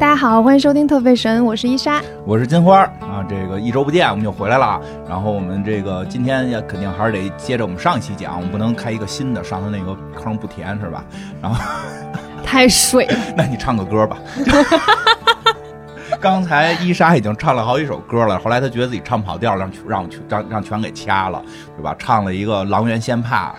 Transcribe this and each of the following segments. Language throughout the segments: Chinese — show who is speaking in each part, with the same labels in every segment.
Speaker 1: 大家好，欢迎收听特费神，我是伊莎。
Speaker 2: 我是金花儿啊，这个一周不见我们就回来了啊。然后我们这个今天也肯定还是得接着我们上一期讲，我们不能开一个新的，上次那个坑不填是吧？
Speaker 1: 太水了，
Speaker 2: 那你唱个歌吧。 刚才伊莎已经唱了好几首歌了，后来她觉得自己唱不好调，让让让让全给掐了，对吧？唱了一个《狼园仙葩》《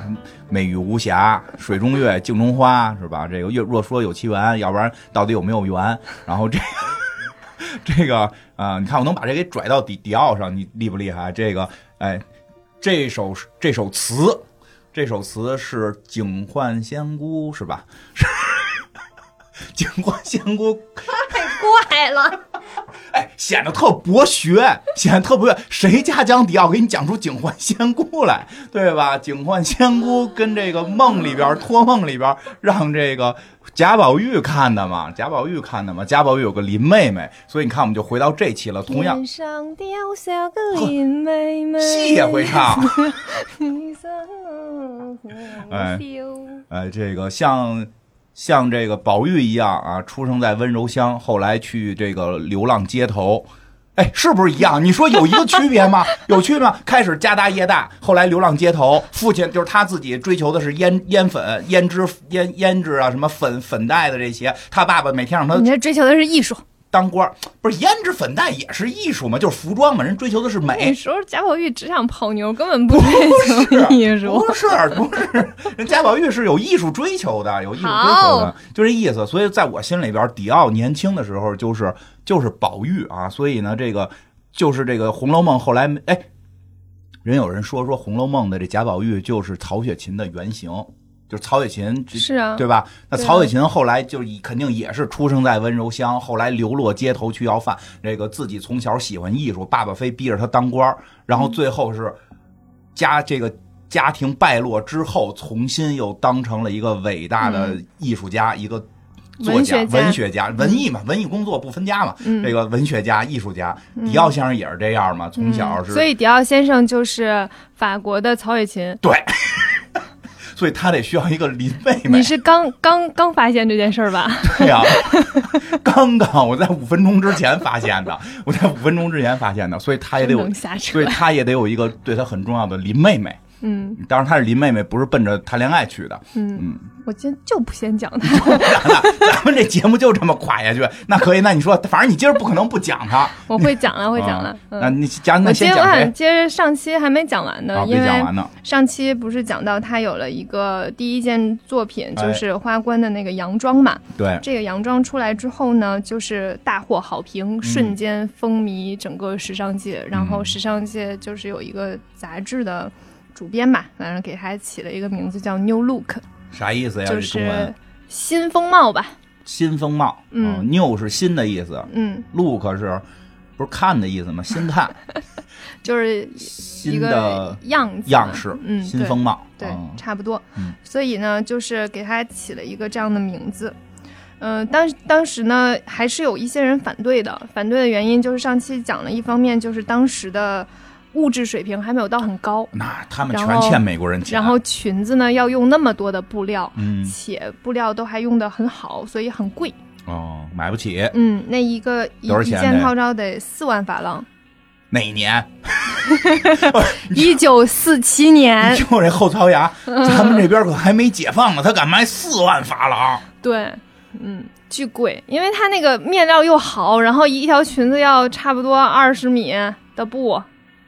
Speaker 2: 美玉无瑕》《水中月》《镜中花》，是吧？这个月若说有其缘，要不然到底有没有缘？然后这个这个 啊、呃你看我能把这给拽到迪迪奥上，你厉不厉害？这个哎，这首这首词，这首词是警幻仙姑是吧？是警幻仙姑
Speaker 1: 太怪了。
Speaker 2: 哎，显得特博学，显得特博学。谁家将迪奥给你讲出警幻仙姑来，对吧？警幻仙姑跟这个梦里边托梦里边让这个贾宝玉看的嘛，贾宝玉看的嘛。贾宝玉有个林妹妹，所以你看我们就回到这期了。同样，
Speaker 1: 天上掉下个林妹妹，
Speaker 2: 戏也会唱。
Speaker 1: 女生
Speaker 2: 哎呃，这个像像这个宝玉一样啊，出生在温柔乡，后来去这个流浪街头。哎，是不是一样？你说有一个区别吗？有区别吗？开始家大业大，后来流浪街头。父亲就是他自己追求的是胭胭粉、胭脂、胭胭脂啊，什么粉粉黛的这些。他爸爸每天让他
Speaker 1: 你这追求的是艺术。
Speaker 2: 当官儿，不是胭脂粉黛也是艺术嘛，就是服装嘛，人追求的是美
Speaker 1: 你。说贾宝玉只想泡妞，根本不追求艺术。
Speaker 2: 不是不是，人贾宝玉是有艺术追求的，有艺术追求的，就这意思。所以在我心里边，迪奥年轻的时候就是就是宝玉啊，所以呢，这个就是这个《红楼梦》后来哎，人有人说说《红楼梦》的这贾宝玉就是曹雪芹的原型，就是曹雪芹这
Speaker 1: 是啊，
Speaker 2: 对吧？那
Speaker 1: 对啊
Speaker 2: 曹雪芹后来就以肯定也是出生在温柔乡，后来流落街头去要饭。这个自己从小喜欢艺术，爸爸非逼着他当官儿，
Speaker 1: 嗯
Speaker 2: 然后最后是家这个家庭败落之后，重新又当成了一个伟大的艺术家，一个作
Speaker 1: 嗯文学
Speaker 2: 家、文
Speaker 1: 家
Speaker 2: 学家、文艺嘛，文艺工作不分家嘛。
Speaker 1: 嗯
Speaker 2: 这个文学家、艺术家，迪奥先生也是这样嘛，从小
Speaker 1: 嗯
Speaker 2: 是。
Speaker 1: 所以迪奥先生就是法国的曹雪芹。
Speaker 2: 所以他得需要一个林妹妹
Speaker 1: 你，是刚刚刚发现这件事儿吧？
Speaker 2: 对呀、刚刚我在五分钟之前发现的，我在五分钟之前发现的，所以他也
Speaker 1: 真
Speaker 2: 得有
Speaker 1: 能，瞎扯
Speaker 2: 所以。他也得有一个对他很重要的林妹妹。
Speaker 1: 嗯
Speaker 2: 当然，他是林妹妹，不是奔着谈恋爱去的。
Speaker 1: 嗯，
Speaker 2: 嗯，
Speaker 1: 我今天就不先讲他。
Speaker 2: 咱们这节目就这么垮下去，那可以？那你说，反正你今儿不可能不讲他，
Speaker 1: 我会讲了，会讲了
Speaker 2: 啊。那
Speaker 1: 嗯，
Speaker 2: 你讲，
Speaker 1: 我
Speaker 2: 那
Speaker 1: 接我
Speaker 2: 先讲谁
Speaker 1: 想？接着上期还没讲完
Speaker 2: 啊，
Speaker 1: 呢，因
Speaker 2: 别讲
Speaker 1: 为
Speaker 2: 完呢。
Speaker 1: 上期不是讲到他有了一个第一件作品
Speaker 2: 哎
Speaker 1: 就是花冠的那个洋装嘛。
Speaker 2: 对，
Speaker 1: 这个洋装出来之后呢，就是大获好评，瞬间风靡整个时尚界。然
Speaker 2: 嗯
Speaker 1: 后时尚界就是有一个杂志的主编吧，反正给他起了一个名字叫 New Look，
Speaker 2: 啥意哎思呀？
Speaker 1: 就
Speaker 2: 这中
Speaker 1: 是
Speaker 2: 文
Speaker 1: 新风貌吧。
Speaker 2: 新风貌，
Speaker 1: 嗯
Speaker 2: ，new 是新的意思
Speaker 1: 嗯，
Speaker 2: ，look 是不是看的意思吗？心态，
Speaker 1: 就是一
Speaker 2: 新
Speaker 1: 个
Speaker 2: 的
Speaker 1: 样子
Speaker 2: 样式，
Speaker 1: 嗯，
Speaker 2: 新
Speaker 1: 对
Speaker 2: 风貌，
Speaker 1: 对，
Speaker 2: 嗯
Speaker 1: 差不多。
Speaker 2: 嗯
Speaker 1: 所以呢，就是给他起了一个这样的名字。嗯、当当时呢，还是有一些人反对的。反对的原因就是上期讲了一方面，就是当时的物质水平还没有到很高，
Speaker 2: 那他们
Speaker 1: 然
Speaker 2: 全
Speaker 1: 后
Speaker 2: 欠美国人钱。
Speaker 1: 然后裙子呢要用那么多的布料，
Speaker 2: 嗯，
Speaker 1: 且布料都还用的很好，所以很贵。
Speaker 2: 哦，买不起。
Speaker 1: 嗯，那一个一
Speaker 2: 多少
Speaker 1: 一
Speaker 2: 钱
Speaker 1: 件
Speaker 2: 呢
Speaker 1: 套装得四万法郎，
Speaker 2: 哪一年？
Speaker 1: 一九四七
Speaker 2: 你
Speaker 1: 年。
Speaker 2: 听我这后槽牙，
Speaker 1: 嗯
Speaker 2: 咱们这边可还没解放呢，他敢卖四万啊法郎。
Speaker 1: 对，嗯，巨贵，因为它那个面料又好，然后一条裙子要差不多二十米的布，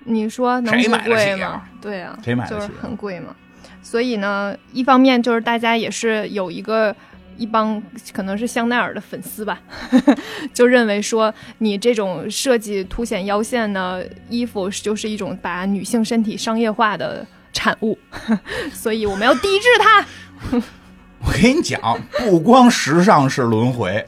Speaker 1: 你说能
Speaker 2: 谁
Speaker 1: 不
Speaker 2: 买得
Speaker 1: 贵
Speaker 2: 起
Speaker 1: 吗
Speaker 2: 啊？
Speaker 1: 对啊，
Speaker 2: 谁买得
Speaker 1: 就是
Speaker 2: 起啊
Speaker 1: 很贵嘛。所以呢，一方面就是大家也是有一个一帮可能是香奈儿的粉丝吧， 就认为说你这种设计凸显腰线的衣服就是一种把女性身体商业化的产物， 所以我们要抵制它。
Speaker 2: 我跟你讲，不光时尚是 轮回，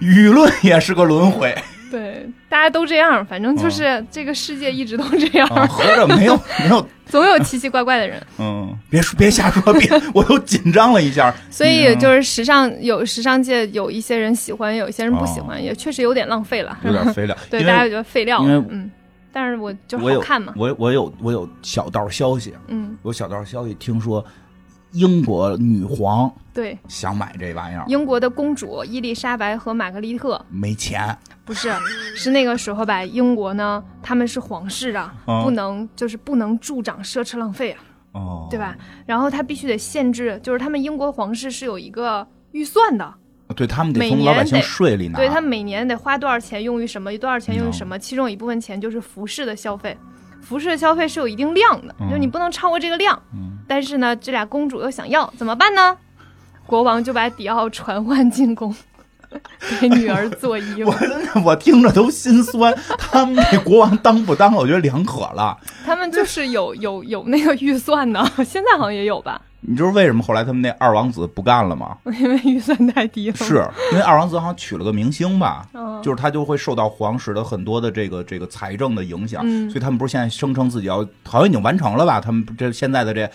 Speaker 2: 舆论也是个轮回。
Speaker 1: 对，大家都这样，反正
Speaker 2: 哦
Speaker 1: 就是这个世界一直都这样，
Speaker 2: 啊，合着没有没有，
Speaker 1: 总有奇奇怪怪 的人。
Speaker 2: 嗯，别说别瞎说，别，我都紧张了一下。
Speaker 1: 所以
Speaker 2: 嗯
Speaker 1: 就是时尚有时尚界有一些人喜欢，有一些人不喜欢，也确实有点浪费了。
Speaker 2: 有点肥料，
Speaker 1: 对，
Speaker 2: 哦因
Speaker 1: 大家
Speaker 2: 为
Speaker 1: 觉得废料，
Speaker 2: 因为
Speaker 1: 嗯，但是我就
Speaker 2: 我
Speaker 1: 好
Speaker 2: 有
Speaker 1: 看嘛，
Speaker 2: 我我有我有小道消息，
Speaker 1: 嗯
Speaker 2: 有小道消息，听说英国女皇
Speaker 1: 对，
Speaker 2: 想买这玩意儿，
Speaker 1: 英国的公主伊丽莎白和玛格丽特，
Speaker 2: 没钱，
Speaker 1: 不是，是那个时候吧？英国呢，他们是皇室啊，
Speaker 2: 嗯
Speaker 1: 不能就是不能助长奢侈浪费啊，
Speaker 2: 哦，
Speaker 1: 对？吧？然后他必须得限制，就是他们英国皇室是有一个预算的，
Speaker 2: 对他们得
Speaker 1: 每
Speaker 2: 从老百
Speaker 1: 年
Speaker 2: 姓
Speaker 1: 得
Speaker 2: 税里拿，
Speaker 1: 对他每年得花多少钱用于什么，多少钱用于
Speaker 2: 嗯
Speaker 1: 什么，其中有一部分钱就是服饰的消费。服饰的消费是有一定量的，
Speaker 2: 嗯
Speaker 1: 就是你不能超过这个量。
Speaker 2: 嗯
Speaker 1: 但是呢，这俩公主又想要，怎么办呢？国王就把迪奥传唤进 宫，给女儿做衣服
Speaker 2: 我。真 的我听着都 心酸。他们那国王当不当，我觉得两可了。
Speaker 1: 他们就是有有有那个预算呢， 现在好像也有吧，
Speaker 2: 你知道为什么后来他们那二王子不干 了吗？
Speaker 1: 因为预算太低了。
Speaker 2: 是因为二王子好像娶了个明星吧，
Speaker 1: 嗯，
Speaker 2: 就是他就会受到皇室的很多的这个这个财政的影响，
Speaker 1: 嗯
Speaker 2: 所以他们不是现在声称自己要好像已经完成了吧？他们这现在的这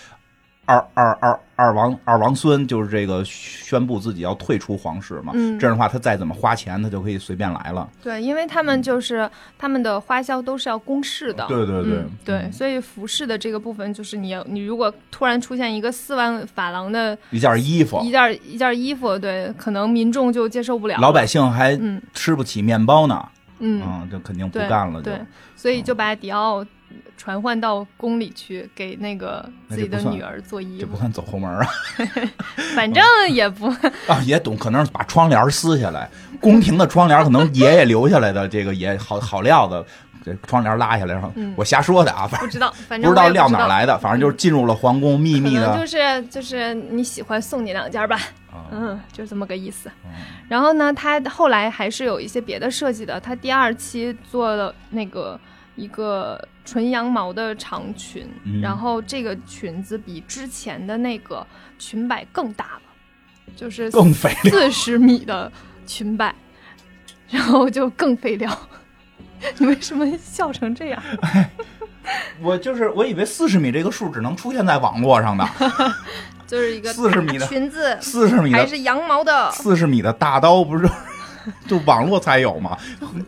Speaker 2: 二二二二王二王孙就是这个宣布自己要退出皇室嘛，
Speaker 1: 嗯
Speaker 2: 这样的话他再怎么花钱他就可以随便来了。
Speaker 1: 对，因为他们就是他们的花销都是要公示的。
Speaker 2: 对对对
Speaker 1: 嗯对，所以服饰的这个部分就是你要，你如果突然出现一个四万法郎的
Speaker 2: 一件衣服
Speaker 1: 一，件一件衣服，对，可能民众就接受不了。
Speaker 2: 老百姓还
Speaker 1: 嗯
Speaker 2: 吃不起面包呢，
Speaker 1: 嗯，
Speaker 2: 嗯，这肯定不
Speaker 1: 对，
Speaker 2: 干了就嗯
Speaker 1: 对。，所以就把迪奥传唤到宫里去，给那个
Speaker 2: 那
Speaker 1: 自己
Speaker 2: 就不
Speaker 1: 的
Speaker 2: 算
Speaker 1: 女儿做衣
Speaker 2: 这不
Speaker 1: 服，
Speaker 2: 算走后门啊
Speaker 1: 反正也不
Speaker 2: 啊！也懂，可能是把窗帘撕下来，宫廷的窗帘可能爷爷留下来的，这个也好好料子，这窗帘拉下来，然后
Speaker 1: 嗯
Speaker 2: 我瞎说的啊，反
Speaker 1: 不
Speaker 2: 正
Speaker 1: 知道，反
Speaker 2: 不
Speaker 1: 正
Speaker 2: 知道
Speaker 1: 我也
Speaker 2: 料哪
Speaker 1: 道嗯
Speaker 2: 儿来的，反正就是进入了皇宫，秘
Speaker 1: 可
Speaker 2: 密
Speaker 1: 能
Speaker 2: 的
Speaker 1: 就是就是你喜欢送你两件吧，
Speaker 2: 啊
Speaker 1: 嗯，就这么个意思
Speaker 2: 嗯。
Speaker 1: 然后呢，他后来还是有一些别的设计的，他第二期做了那个一个纯羊毛的长裙，
Speaker 2: 嗯
Speaker 1: 然后这个裙子比之前的那个裙摆更大了，就是
Speaker 2: 更肥料。
Speaker 1: 四十米的裙摆，然后就更费料。 你为什么笑成这样？
Speaker 2: 我就是我以为四十米这个数只能出现在网 络上的，
Speaker 1: 就是一个
Speaker 2: 40米的
Speaker 1: 大裙子，
Speaker 2: 四十米
Speaker 1: 还
Speaker 2: 的
Speaker 1: 是羊毛的。
Speaker 2: 四十米的大刀不是 就网络才有吗？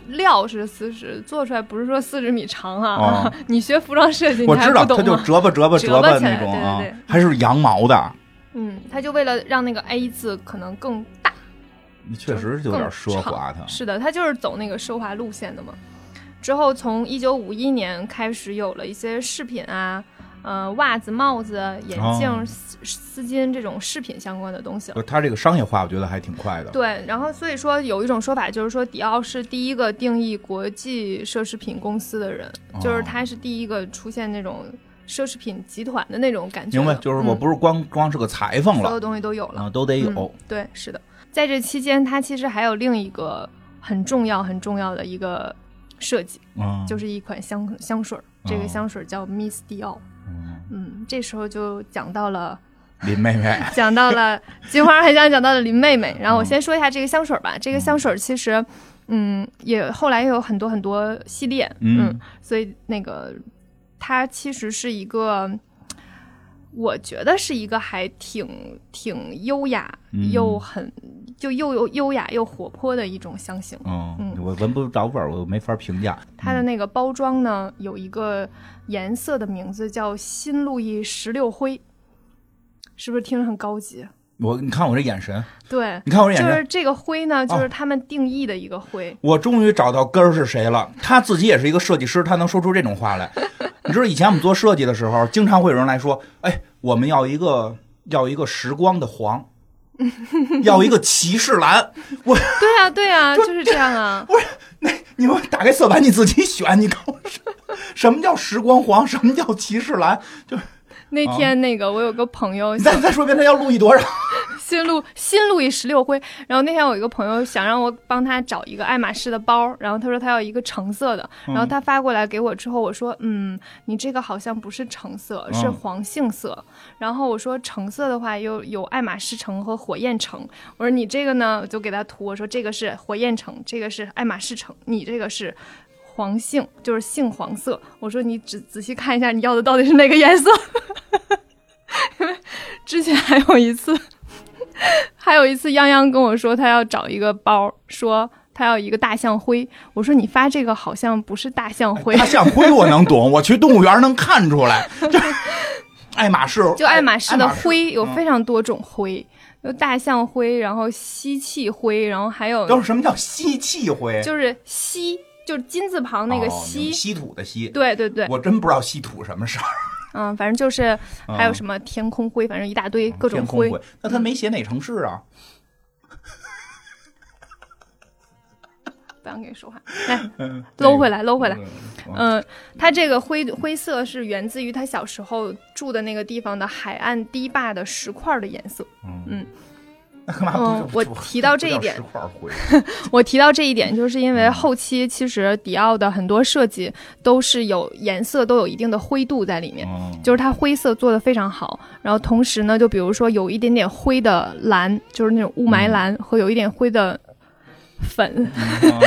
Speaker 1: 料是四十，做出来不是说四十米长啊。
Speaker 2: 哦
Speaker 1: 你学服装设计，你
Speaker 2: 我
Speaker 1: 还
Speaker 2: 知
Speaker 1: 不
Speaker 2: 道，他
Speaker 1: 懂啊
Speaker 2: 就
Speaker 1: 吗？
Speaker 2: 折吧折吧
Speaker 1: 折吧
Speaker 2: 吧
Speaker 1: 起来
Speaker 2: 那种啊
Speaker 1: 对对对，
Speaker 2: 还是羊毛的。
Speaker 1: 嗯，他就为了让那个 A 字可能更大，
Speaker 2: 确实就有点奢华，啊它
Speaker 1: 是的，他就是走那个奢华路线的嘛。之后从一九五一年开始，有了一些饰品啊，呃，袜子、帽子、眼镜、
Speaker 2: 哦
Speaker 1: 丝丝巾这种饰品相关的东西了。
Speaker 2: 不是它这个商业化，我觉得还挺快的。
Speaker 1: 对，然后所以说有一种说法就是说，迪奥是第一个定义国际奢侈品公司的人，就是
Speaker 2: 哦
Speaker 1: 他是第一个出现那种奢侈品集团的那种感觉的。
Speaker 2: 明白，就是我
Speaker 1: 嗯
Speaker 2: 不是光光是个裁缝
Speaker 1: 所
Speaker 2: 了
Speaker 1: 有东西都有了。
Speaker 2: 啊，都得有
Speaker 1: 嗯。对，是的，在这期间，他其实还有另一个很重要、很重要的一个设计，
Speaker 2: 嗯，
Speaker 1: 就是一款香香水儿。这
Speaker 2: 哦
Speaker 1: 个香水儿叫 Miss 迪奥。
Speaker 2: 嗯
Speaker 1: 嗯，这时候就讲到了。
Speaker 2: 林 妹妹，
Speaker 1: 讲到 了金花，还想讲到了林妹妹。然
Speaker 2: 嗯
Speaker 1: 后我先说一下这个香水吧，这个香水其实，嗯，也后来也有很多很多系列，
Speaker 2: 嗯
Speaker 1: 所以那个它其实是一个，我觉得是一个还挺挺优雅、
Speaker 2: 嗯
Speaker 1: 又很就又又优雅又活泼的一种香型。
Speaker 2: 嗯
Speaker 1: 嗯，
Speaker 2: 我闻不着味儿，我没法评价。
Speaker 1: 它的那个包装呢，有一个颜色的名字叫新路易石榴灰，是不是听着很高级？
Speaker 2: 我你看我这眼神，
Speaker 1: 对，
Speaker 2: 你看我这眼
Speaker 1: 就
Speaker 2: 神
Speaker 1: 是，这个灰呢，就是他们定义的一个灰。
Speaker 2: 我终于找到根儿是谁了。他自己也是一个设计师，他能说出这种话来。 你知道以前我们做设计的时候，经常会有人来说：“哎，我们要一个要一个时光的黄， 要一个骑士蓝。” 我
Speaker 1: 对啊，对啊，就是这样啊。
Speaker 2: 你们打开色板你自己选，你告诉我什什么叫时光黄，什么叫骑士蓝？ 就是
Speaker 1: 那天那个我有个朋友
Speaker 2: 你再再说一遍，他要路易多少？
Speaker 1: 新路新路易十六灰，然后那天我有一个朋友想让我帮他找一个爱马仕的包，然后他说他要一个橙色的，然后他发过来给我之后，我说嗯，你这个好像不是橙色，是
Speaker 2: 嗯
Speaker 1: 黄杏色。然后我说橙色的话有有爱马仕橙和火焰橙，我说你这个呢，我就给他涂，我说这个是火焰橙，这个是爱马仕橙，你这个是。黄杏就是杏黄色，我说你仔仔细看一下，你要的到底是哪个颜色？ 之前还有一次，还有一次，泱泱跟我说他要找一个包，说他要一个大象灰。我说你发这个哎好像不是大象灰
Speaker 2: 他，像灰我能懂，我去动物园能看出来。 爱马仕，
Speaker 1: 就爱马仕的灰有
Speaker 2: 嗯
Speaker 1: 非常多种灰，有大象灰，然后吸气灰，然后还有
Speaker 2: 都是什么叫吸气灰？
Speaker 1: 就是吸，就是金字旁那个
Speaker 2: 哦
Speaker 1: 吸。
Speaker 2: 稀土的稀。
Speaker 1: 对对对，
Speaker 2: 我真不知道稀土什么事儿。
Speaker 1: 嗯，反正就是还有
Speaker 2: 嗯
Speaker 1: 什么天空灰，反正一大堆各种
Speaker 2: 天空
Speaker 1: 灰。，
Speaker 2: 那他没写哪城市啊？
Speaker 1: 不想跟你说话，来搂回来，搂回来。
Speaker 2: 嗯
Speaker 1: 嗯，它这个灰灰色是源自于他小时候住的那个地方的海岸堤坝的石块的颜色。
Speaker 2: 嗯那干嘛
Speaker 1: 嗯
Speaker 2: 不？
Speaker 1: 我提到这一点
Speaker 2: 石块灰，
Speaker 1: 我提到这一点，就是因为后期其实迪奥的很多设计都是有颜色都有一定的灰度在里面，
Speaker 2: 嗯
Speaker 1: 就是它灰色做的非常好。然后同时呢，就比如说有一点点灰的蓝，就是那种雾霾蓝，和有一点灰的粉。
Speaker 2: 怎么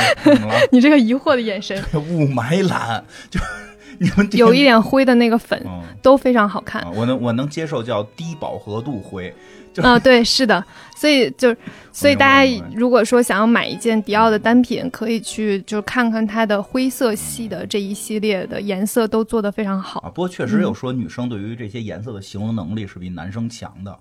Speaker 2: 了？
Speaker 1: 你这个疑惑的眼神，
Speaker 2: 嗯 雾霾蓝，就你们这
Speaker 1: 有一点灰的那个粉
Speaker 2: 嗯
Speaker 1: 都非常好看。
Speaker 2: 啊我能我能接受叫低饱和度灰，就
Speaker 1: 啊、对，是的，所以就所以
Speaker 2: 明白
Speaker 1: 大
Speaker 2: 明
Speaker 1: 家
Speaker 2: 白
Speaker 1: 如果说想要买一件迪奥的单品，可以去就看看它的灰色系的这一系列的颜色都做得非常好。
Speaker 2: 啊，不过确实有说女生对于这些颜色的形容能力是比男生强的。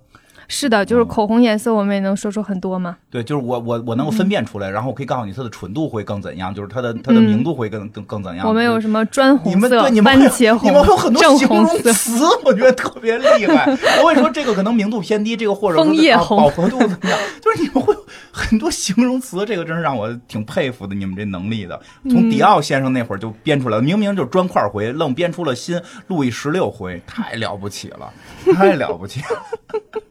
Speaker 1: 是的，
Speaker 2: 嗯
Speaker 1: 就是口红颜色，我们也能说出很多嘛。
Speaker 2: 对，就是我我我能够分辨出来，然后我可以告诉你它的纯度会更怎样，就是它的它的
Speaker 1: 嗯
Speaker 2: 明度会更更更怎样。
Speaker 1: 我们有
Speaker 2: 就是
Speaker 1: 什么砖红
Speaker 2: 嗯你们
Speaker 1: 色
Speaker 2: 对、你们
Speaker 1: 番
Speaker 2: 会有
Speaker 1: 茄红
Speaker 2: 你们会有很、多
Speaker 1: 正
Speaker 2: 形
Speaker 1: 红
Speaker 2: 容
Speaker 1: 色，
Speaker 2: 词，我觉得特别厉害。我跟你说，这个可能明度偏低，这个或者说
Speaker 1: 枫
Speaker 2: 是
Speaker 1: 叶
Speaker 2: 啊
Speaker 1: 红
Speaker 2: 饱和度怎么样，就是你们会有很多形容词，这个真是让我挺佩服的，你们这能力的。从
Speaker 1: 嗯
Speaker 2: 迪奥先生那会儿就编出来了，明明就是砖块回，愣编出了新路易十六回，太了不起了，太了不起了。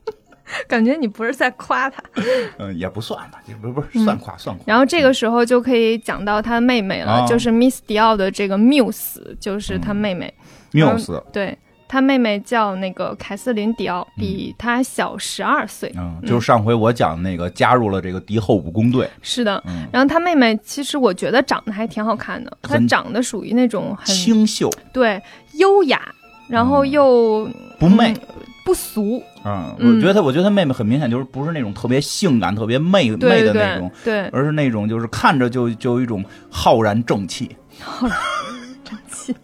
Speaker 1: 感觉你不是在夸他。
Speaker 2: 嗯，也不算吧，也不不
Speaker 1: 嗯
Speaker 2: 是算垮算垮。
Speaker 1: 然后这个时候就可以讲到他妹妹了，
Speaker 2: 哦
Speaker 1: 就是 Miss 迪奥的这个缪斯，就是
Speaker 2: 嗯
Speaker 1: 他妹妹。
Speaker 2: 缪斯，
Speaker 1: 对他妹妹叫那个凯瑟琳·迪奥，比他小十二岁。
Speaker 2: 嗯，就是上回我讲那个加入了这个敌后武工队，
Speaker 1: 是的，
Speaker 2: 嗯，
Speaker 1: 然后她妹妹其实我觉得长得还挺好看的，她
Speaker 2: 很
Speaker 1: 长得属于那种很
Speaker 2: 清秀
Speaker 1: 对优雅，然后
Speaker 2: 嗯
Speaker 1: 又、
Speaker 2: 不媚。
Speaker 1: 嗯不俗，
Speaker 2: 嗯，
Speaker 1: 嗯
Speaker 2: 我觉得他，我觉得他妹妹很明显就是不是那种特别性感、特别媚媚
Speaker 1: 对
Speaker 2: 的
Speaker 1: 对
Speaker 2: 那
Speaker 1: 对
Speaker 2: 种，
Speaker 1: 对，
Speaker 2: 而是那种就是看着就就有一种浩然 正气、
Speaker 1: 正气，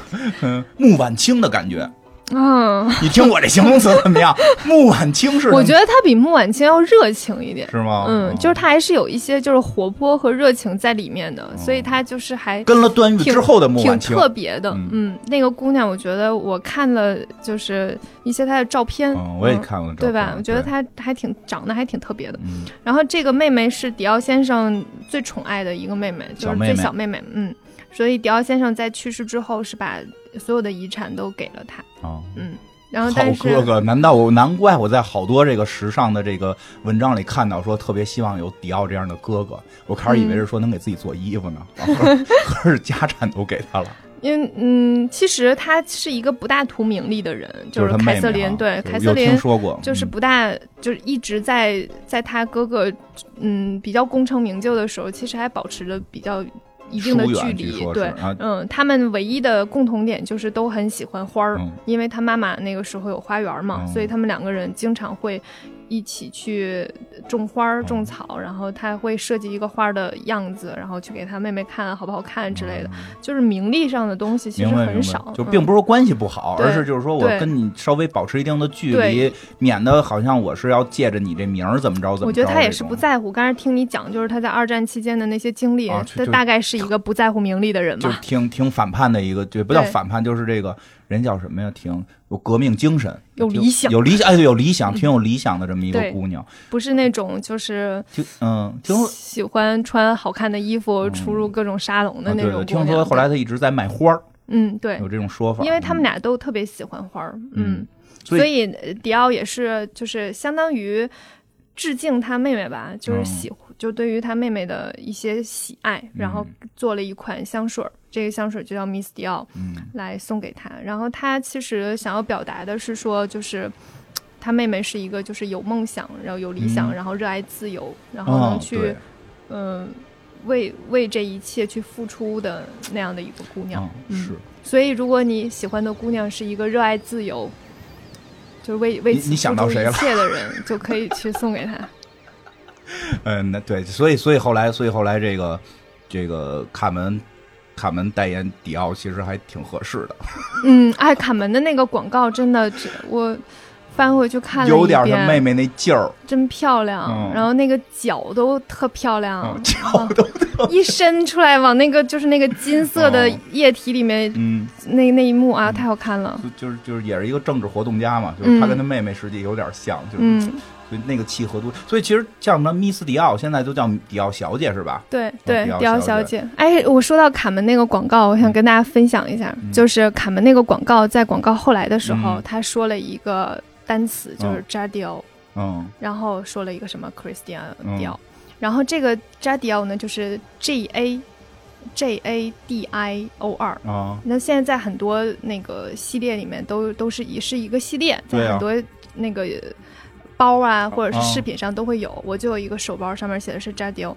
Speaker 2: 穆婉清的感觉。
Speaker 1: 嗯，
Speaker 2: 你听我这形容词怎么样？穆婉清是，
Speaker 1: 我觉得她比穆婉清要热情一点。
Speaker 2: 是吗？哦
Speaker 1: 嗯，就是她还是有一些就是活泼和热情在里面的，所以她就是还
Speaker 2: 跟了段誉之后哦的穆
Speaker 1: 挺
Speaker 2: 婉清。
Speaker 1: 特别的
Speaker 2: 嗯。
Speaker 1: 嗯，那个姑娘，我觉得我看了就是一些她的照片，
Speaker 2: 嗯，我也看过，
Speaker 1: 对吧？我觉得。她还挺长得还挺特别的。
Speaker 2: 嗯，
Speaker 1: 然后这个妹妹是迪奥先生最宠爱的一个妹妹，就
Speaker 2: 小
Speaker 1: 是
Speaker 2: 妹
Speaker 1: 最
Speaker 2: 妹
Speaker 1: 小妹妹。嗯，所以迪奥先生在去世之后是把所有的遗产都给了她。
Speaker 2: 哦
Speaker 1: 嗯，然后
Speaker 2: 好
Speaker 1: 但是
Speaker 2: 哥哥，难道我难怪我在好多这个时尚的这个文章里看到说特别希望有迪奥这样的哥哥，我开始以为
Speaker 1: 嗯
Speaker 2: 是说能给自己做 衣服呢，然后合着家产都给他了。
Speaker 1: 因为嗯，其实她是一个不大图名利的人，
Speaker 2: 就是
Speaker 1: 是
Speaker 2: 他妹妹
Speaker 1: 凯瑟琳。
Speaker 2: 啊
Speaker 1: 对，
Speaker 2: 有
Speaker 1: 凯瑟
Speaker 2: 有听
Speaker 1: 琳
Speaker 2: 说过，
Speaker 1: 就是
Speaker 2: 嗯
Speaker 1: 不大，就是一直在在她哥哥嗯比较功成名就的时候，其实还保持着比较一定的
Speaker 2: 疏远
Speaker 1: 距
Speaker 2: 据
Speaker 1: 离
Speaker 2: 说。是
Speaker 1: 对，
Speaker 2: 啊，
Speaker 1: 嗯，他们唯一的共同点就是都很喜欢花儿，
Speaker 2: 嗯
Speaker 1: 因为他妈妈那个时候有花园嘛，
Speaker 2: 嗯
Speaker 1: 所以他们两个人经常会一起去种花儿、
Speaker 2: 嗯
Speaker 1: 种草，然后他会设计一个花儿的样子，然后去给他妹妹看好不好看之类的，就是名利上的东西其实
Speaker 2: 明白
Speaker 1: 很
Speaker 2: 哦明白
Speaker 1: 少，，
Speaker 2: 就并
Speaker 1: 嗯
Speaker 2: 不是说关系不好，
Speaker 1: 对
Speaker 2: 而是就是说我
Speaker 1: 对
Speaker 2: 跟你稍微保持一定的距离
Speaker 1: 对，
Speaker 2: 免得好像我是要借着你这名儿怎么着怎么着这种。
Speaker 1: 我觉得他也是不在乎。刚才听你讲，就是他在二战期间的那些经历，
Speaker 2: 啊就
Speaker 1: 他
Speaker 2: 就
Speaker 1: 大概是一个不在乎名利的人
Speaker 2: 就
Speaker 1: 嘛
Speaker 2: 是。挺挺反叛的一个，就不叫
Speaker 1: 嗯对
Speaker 2: 反叛，就是这个人叫什么呀？挺有革命精神，
Speaker 1: 有
Speaker 2: 挺
Speaker 1: 理想嗯
Speaker 2: 有理想，哎，对，有理想，挺有理想的这么一个
Speaker 1: 对
Speaker 2: 姑娘。
Speaker 1: 不是那种就是
Speaker 2: 听，嗯，听说，
Speaker 1: 喜欢穿好看的衣服、出入各种沙龙的
Speaker 2: 嗯啊
Speaker 1: 那
Speaker 2: 对
Speaker 1: 种、
Speaker 2: 对，听说后来，她一直在卖花儿，
Speaker 1: 嗯，对
Speaker 2: 有，这种说法。
Speaker 1: 因为他们
Speaker 2: 嗯
Speaker 1: 俩都特别喜欢花儿，嗯，
Speaker 2: 所以
Speaker 1: 所以呃迪奥也是就是相当于致敬他妹妹吧，就是
Speaker 2: 嗯
Speaker 1: 喜、就对于他妹妹的一些喜爱，然后做了一款香水儿，这个香水就叫 Miss 迪奥，
Speaker 2: 嗯
Speaker 1: 来送给他。然后他其实想要表达的是说，就是。他妹妹是一个，就是有梦想，然后有理想，
Speaker 2: 嗯
Speaker 1: 然后热爱自由，然后
Speaker 2: 啊
Speaker 1: 能，去
Speaker 2: 对，
Speaker 1: 嗯、为为这一切去付出的那样的一个姑娘。
Speaker 2: 嗯是。
Speaker 1: 所以，如果你喜欢的姑娘是一个热爱自由，就是为为
Speaker 2: 你
Speaker 1: 此
Speaker 2: 你想到
Speaker 1: 付出
Speaker 2: 谁了
Speaker 1: 一切的人，就可以去送给她。
Speaker 2: 呃嗯，那对，所以所以后来，所以后来这个这个卡门卡门代言迪奥其实还挺合适的，
Speaker 1: 嗯，哎，卡门的那个广告真的，这我翻回去看了一遍，
Speaker 2: 有点她妹妹那劲儿，
Speaker 1: 真漂亮，
Speaker 2: 嗯
Speaker 1: 然后那个脚都特漂亮，嗯
Speaker 2: 嗯 脚都
Speaker 1: 一伸出来往那个就是那个金色的
Speaker 2: 哦
Speaker 1: 液体里面，
Speaker 2: 嗯，
Speaker 1: 那那一幕啊，太好看了。
Speaker 2: 就就是就是也是一个政治活动家嘛，就是他
Speaker 1: 嗯
Speaker 2: 跟他妹妹实际有点像，就是、
Speaker 1: 嗯，
Speaker 2: 所以那个契合度，所以其实像什么密斯迪奥现在都叫迪奥小姐是吧？
Speaker 1: 对对，
Speaker 2: 对迪奥
Speaker 1: 迪奥
Speaker 2: 啊小
Speaker 1: 小姐。哎，我说到卡门那个广告，我想跟大家分享一下，
Speaker 2: 嗯
Speaker 1: 就是卡门那个广告在广告后来的时候
Speaker 2: 嗯，
Speaker 1: 他说了一个单词，就是扎迪奥，
Speaker 2: 嗯
Speaker 1: 然后说了一个什么 Christian
Speaker 2: 嗯
Speaker 1: 迪奥，然后这个扎迪奥呢，就是 G A J A D I O R，
Speaker 2: 啊，
Speaker 1: 那现在在很多那个系列里面都都是一是一个系列，
Speaker 2: 对
Speaker 1: 在
Speaker 2: 啊
Speaker 1: 很多那个包啊或者
Speaker 2: 啊
Speaker 1: 是饰品上都会有。我就有一个手包，上面写的是扎迪奥。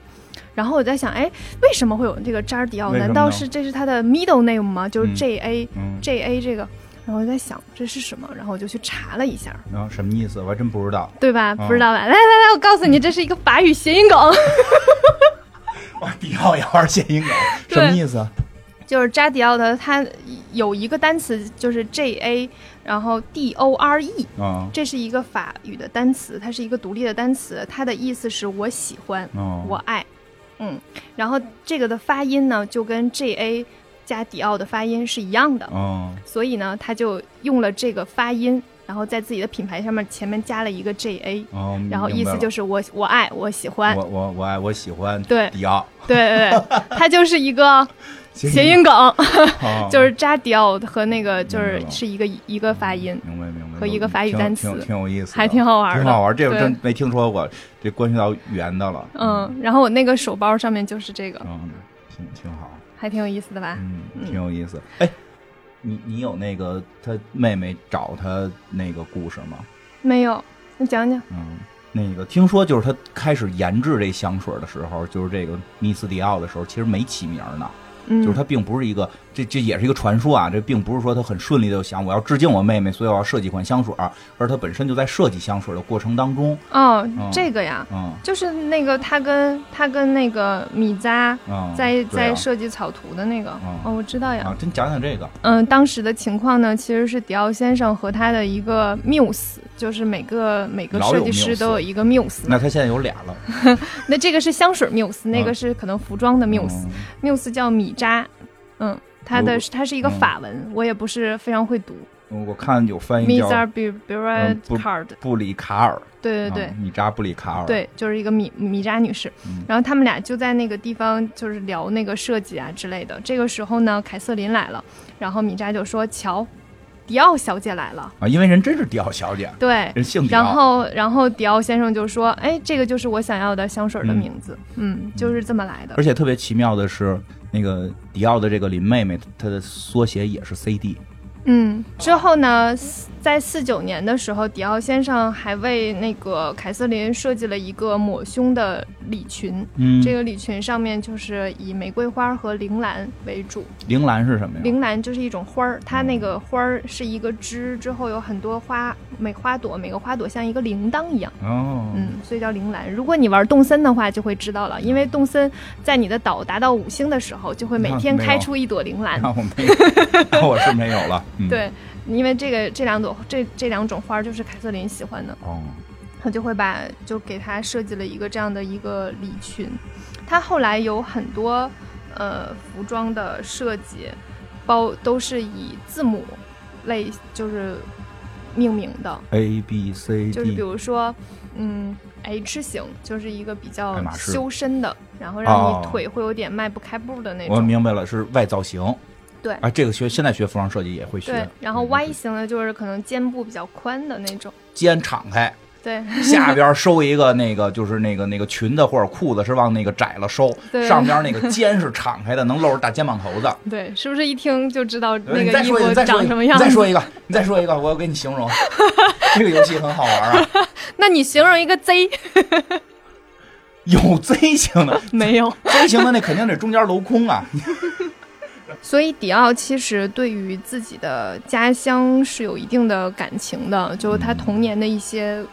Speaker 1: 然后我在想，哎，为什么会有这个扎迪奥？
Speaker 2: 为什么
Speaker 1: 难
Speaker 2: 呢
Speaker 1: 道是这是它的 middle name 吗？就
Speaker 2: 嗯
Speaker 1: 是 J A、
Speaker 2: 嗯，
Speaker 1: J A 这个。然后我在想这是什么，然后我就去查了一下，
Speaker 2: 然后什么意思？我还真不知道。
Speaker 1: 对吧？
Speaker 2: 啊
Speaker 1: 不知道吧？来来来，我告诉你，这是一个法语谐音梗，
Speaker 2: 哇， 迪奥也玩谐音梗，
Speaker 1: 对
Speaker 2: 什么意思啊？
Speaker 1: 就是扎迪奥的，它有一个单词就是 J A，然后 D O R E，
Speaker 2: 嗯
Speaker 1: 这是一个法语的单词，它是一个独立的单词，它的意思是我喜欢，
Speaker 2: 嗯，
Speaker 1: 我爱，嗯，然后这个的发音呢，就跟 J A 加迪奥的发音是一样的，
Speaker 2: 嗯
Speaker 1: 所以呢，他就用了这个发音，然后在自己的品牌上面前面加了一个 J A，
Speaker 2: 嗯，
Speaker 1: 然后意思就是是我我爱，我喜欢，
Speaker 2: 我我我爱我喜欢
Speaker 1: 对
Speaker 2: 迪奥
Speaker 1: 对对对，它就是一 个谐音梗，
Speaker 2: 哦
Speaker 1: 就是扎迪奥和那个就是
Speaker 2: 明白了
Speaker 1: 是一个一个发音，
Speaker 2: 明白明白，
Speaker 1: 和一个法语
Speaker 2: 挺
Speaker 1: 单词
Speaker 2: 挺挺有意思的，
Speaker 1: 还挺好玩的
Speaker 2: 挺好玩。这个
Speaker 1: 对
Speaker 2: 真没听说过，这关系到语言的了。
Speaker 1: 嗯，然后我那个手包上面就是这个，
Speaker 2: 嗯，挺挺好，
Speaker 1: 还挺有意思的吧？
Speaker 2: 嗯，
Speaker 1: 嗯
Speaker 2: 挺有意思。哎，你你有那个他妹妹找他那个故事吗？
Speaker 1: 没有，你讲讲。
Speaker 2: 嗯，那个听说就是他开始研制这香水的时候，就是这个密斯迪奥的时候，其实没起名儿呢。
Speaker 1: 嗯，
Speaker 2: 就是它并不是一个，这这也是一个传说啊，这并不是说他很顺利的想我要致敬我妹妹，所以我要设计一款香水儿，而他本身就在设计香水的过程当中，
Speaker 1: 哦
Speaker 2: 嗯，
Speaker 1: 这个呀，
Speaker 2: 嗯
Speaker 1: 就是那个他跟他跟那个米扎
Speaker 2: 嗯，
Speaker 1: 在、
Speaker 2: 对
Speaker 1: 在
Speaker 2: 啊
Speaker 1: 设计草图的那个，
Speaker 2: 嗯
Speaker 1: 哦，我知道呀。
Speaker 2: 啊，真讲讲这个，
Speaker 1: 嗯，当时的情况呢，其实是迪奥先生和他的一个缪斯，就是每个每个
Speaker 2: 老有
Speaker 1: 设计
Speaker 2: muse
Speaker 1: 师都有一个缪斯。
Speaker 2: 那他嗯现在有俩了，
Speaker 1: 那这个是香水缪斯，那个是可能服装的缪斯，
Speaker 2: 嗯
Speaker 1: 缪斯叫米扎，嗯，他的
Speaker 2: 我
Speaker 1: 他是一个
Speaker 2: 嗯
Speaker 1: 法文，我也不是非常会读。
Speaker 2: 嗯我看有翻译
Speaker 1: m i z a
Speaker 2: 叫嗯
Speaker 1: b b i r a
Speaker 2: 不
Speaker 1: c a r d
Speaker 2: 布里卡尔，
Speaker 1: 对对对。
Speaker 2: 啊米扎布里卡尔，，
Speaker 1: 对，就是一个米米扎女士
Speaker 2: 嗯，
Speaker 1: 然后他们俩就在那个地方就是聊那个设计啊之类的。这个时候呢，凯瑟琳来了，然后米扎就说：“瞧，迪奥小姐来了。
Speaker 2: 啊，因为人真是迪奥小姐”，
Speaker 1: 对，
Speaker 2: 人姓迪
Speaker 1: 然
Speaker 2: 奥，
Speaker 1: 后然后迪奥先生就说：“哎，这个就是我想要的香水的
Speaker 2: 嗯
Speaker 1: 名字。”嗯，就是这么来的
Speaker 2: 而。且特别奇妙的是，那个迪奥的这个林妹妹，她的缩写也是 CD，
Speaker 1: 嗯，之后呢，四在四九年的时候，迪奥先生还为那个凯瑟琳设计了一个抹胸的礼裙，
Speaker 2: 嗯，
Speaker 1: 这个礼裙上面就是以玫瑰花和铃兰为主。
Speaker 2: 铃兰是什么呀？
Speaker 1: 铃兰就是一种花儿，它那个花儿是一个枝，之后有很多花，每花朵每个花朵像一个铃铛一样，
Speaker 2: 哦，
Speaker 1: 嗯，所以叫铃兰。如果你玩动森的话，就会知道了，因为动森在你的岛达到五星的时候，就会每天
Speaker 2: 那没有嗯
Speaker 1: 开出一朵铃兰
Speaker 2: 那。 我没有，那我是没有了，嗯，
Speaker 1: 对，因为这个这两朵这这两种花儿就是凯瑟琳喜欢的，
Speaker 2: 哦，
Speaker 1: 他就会把就给她设计了一个这样的一个礼裙。她后来有很多呃服装的设计，包都是以字母类就是命名的，
Speaker 2: A B C
Speaker 1: 就是比
Speaker 2: D，
Speaker 1: 如说嗯 H 型，就是一个比较
Speaker 2: 爱马仕
Speaker 1: 修身的，然后让
Speaker 2: 哦
Speaker 1: 你腿会有点迈不开步的那
Speaker 2: 我
Speaker 1: 种。
Speaker 2: 明白了，是外造型。
Speaker 1: 对
Speaker 2: 啊，这个学现在学服装设计也会学。
Speaker 1: 对，然后
Speaker 2: 嗯
Speaker 1: Y 型的就是可能肩部比较宽的那 种。
Speaker 2: 肩敞开，
Speaker 1: 对，
Speaker 2: 下边收一个那个就是那个那个裙子或者裤子是往那个窄了收，
Speaker 1: 对
Speaker 2: 上边那个肩是敞开的，能露着大肩膀头子。
Speaker 1: 对，是不是一听就知道那
Speaker 2: 呃你
Speaker 1: 个
Speaker 2: 再
Speaker 1: 衣
Speaker 2: 说一
Speaker 1: 服
Speaker 2: 个，你再说
Speaker 1: 长
Speaker 2: 一
Speaker 1: 什
Speaker 2: 个，
Speaker 1: 么
Speaker 2: 你
Speaker 1: 样
Speaker 2: 再
Speaker 1: 子？
Speaker 2: 说一个，你再说一个，我要给你形容。 这个游戏很好玩啊，
Speaker 1: 那你形容一个 Z
Speaker 2: 有 Z 型的
Speaker 1: 没有？
Speaker 2: ，Z 型的那肯定得中间镂空啊。
Speaker 1: 所以迪奥其实对于自己的家乡是有一定的感情的，就是他童年的一些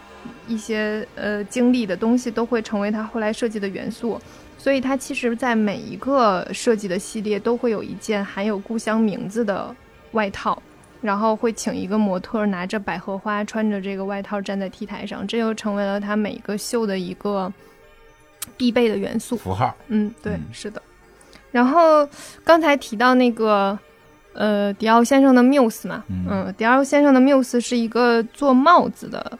Speaker 1: 一些呃经历的东西都会成为他后来设计的元素。所以它其实在每一个设计的系列都会有一件含有故乡名字的外套。然后会请一个模特拿着百合花，穿着这个外套站在 T 台上，这又成为了他每一个秀的一个必备的元素。
Speaker 2: 符号，
Speaker 1: 嗯，对，
Speaker 2: 嗯
Speaker 1: 是的。然后刚才提到那个，呃，迪奥先生的 Muse 嘛，
Speaker 2: 嗯
Speaker 1: 嗯，迪奥先生的 Muse 是一个做帽子的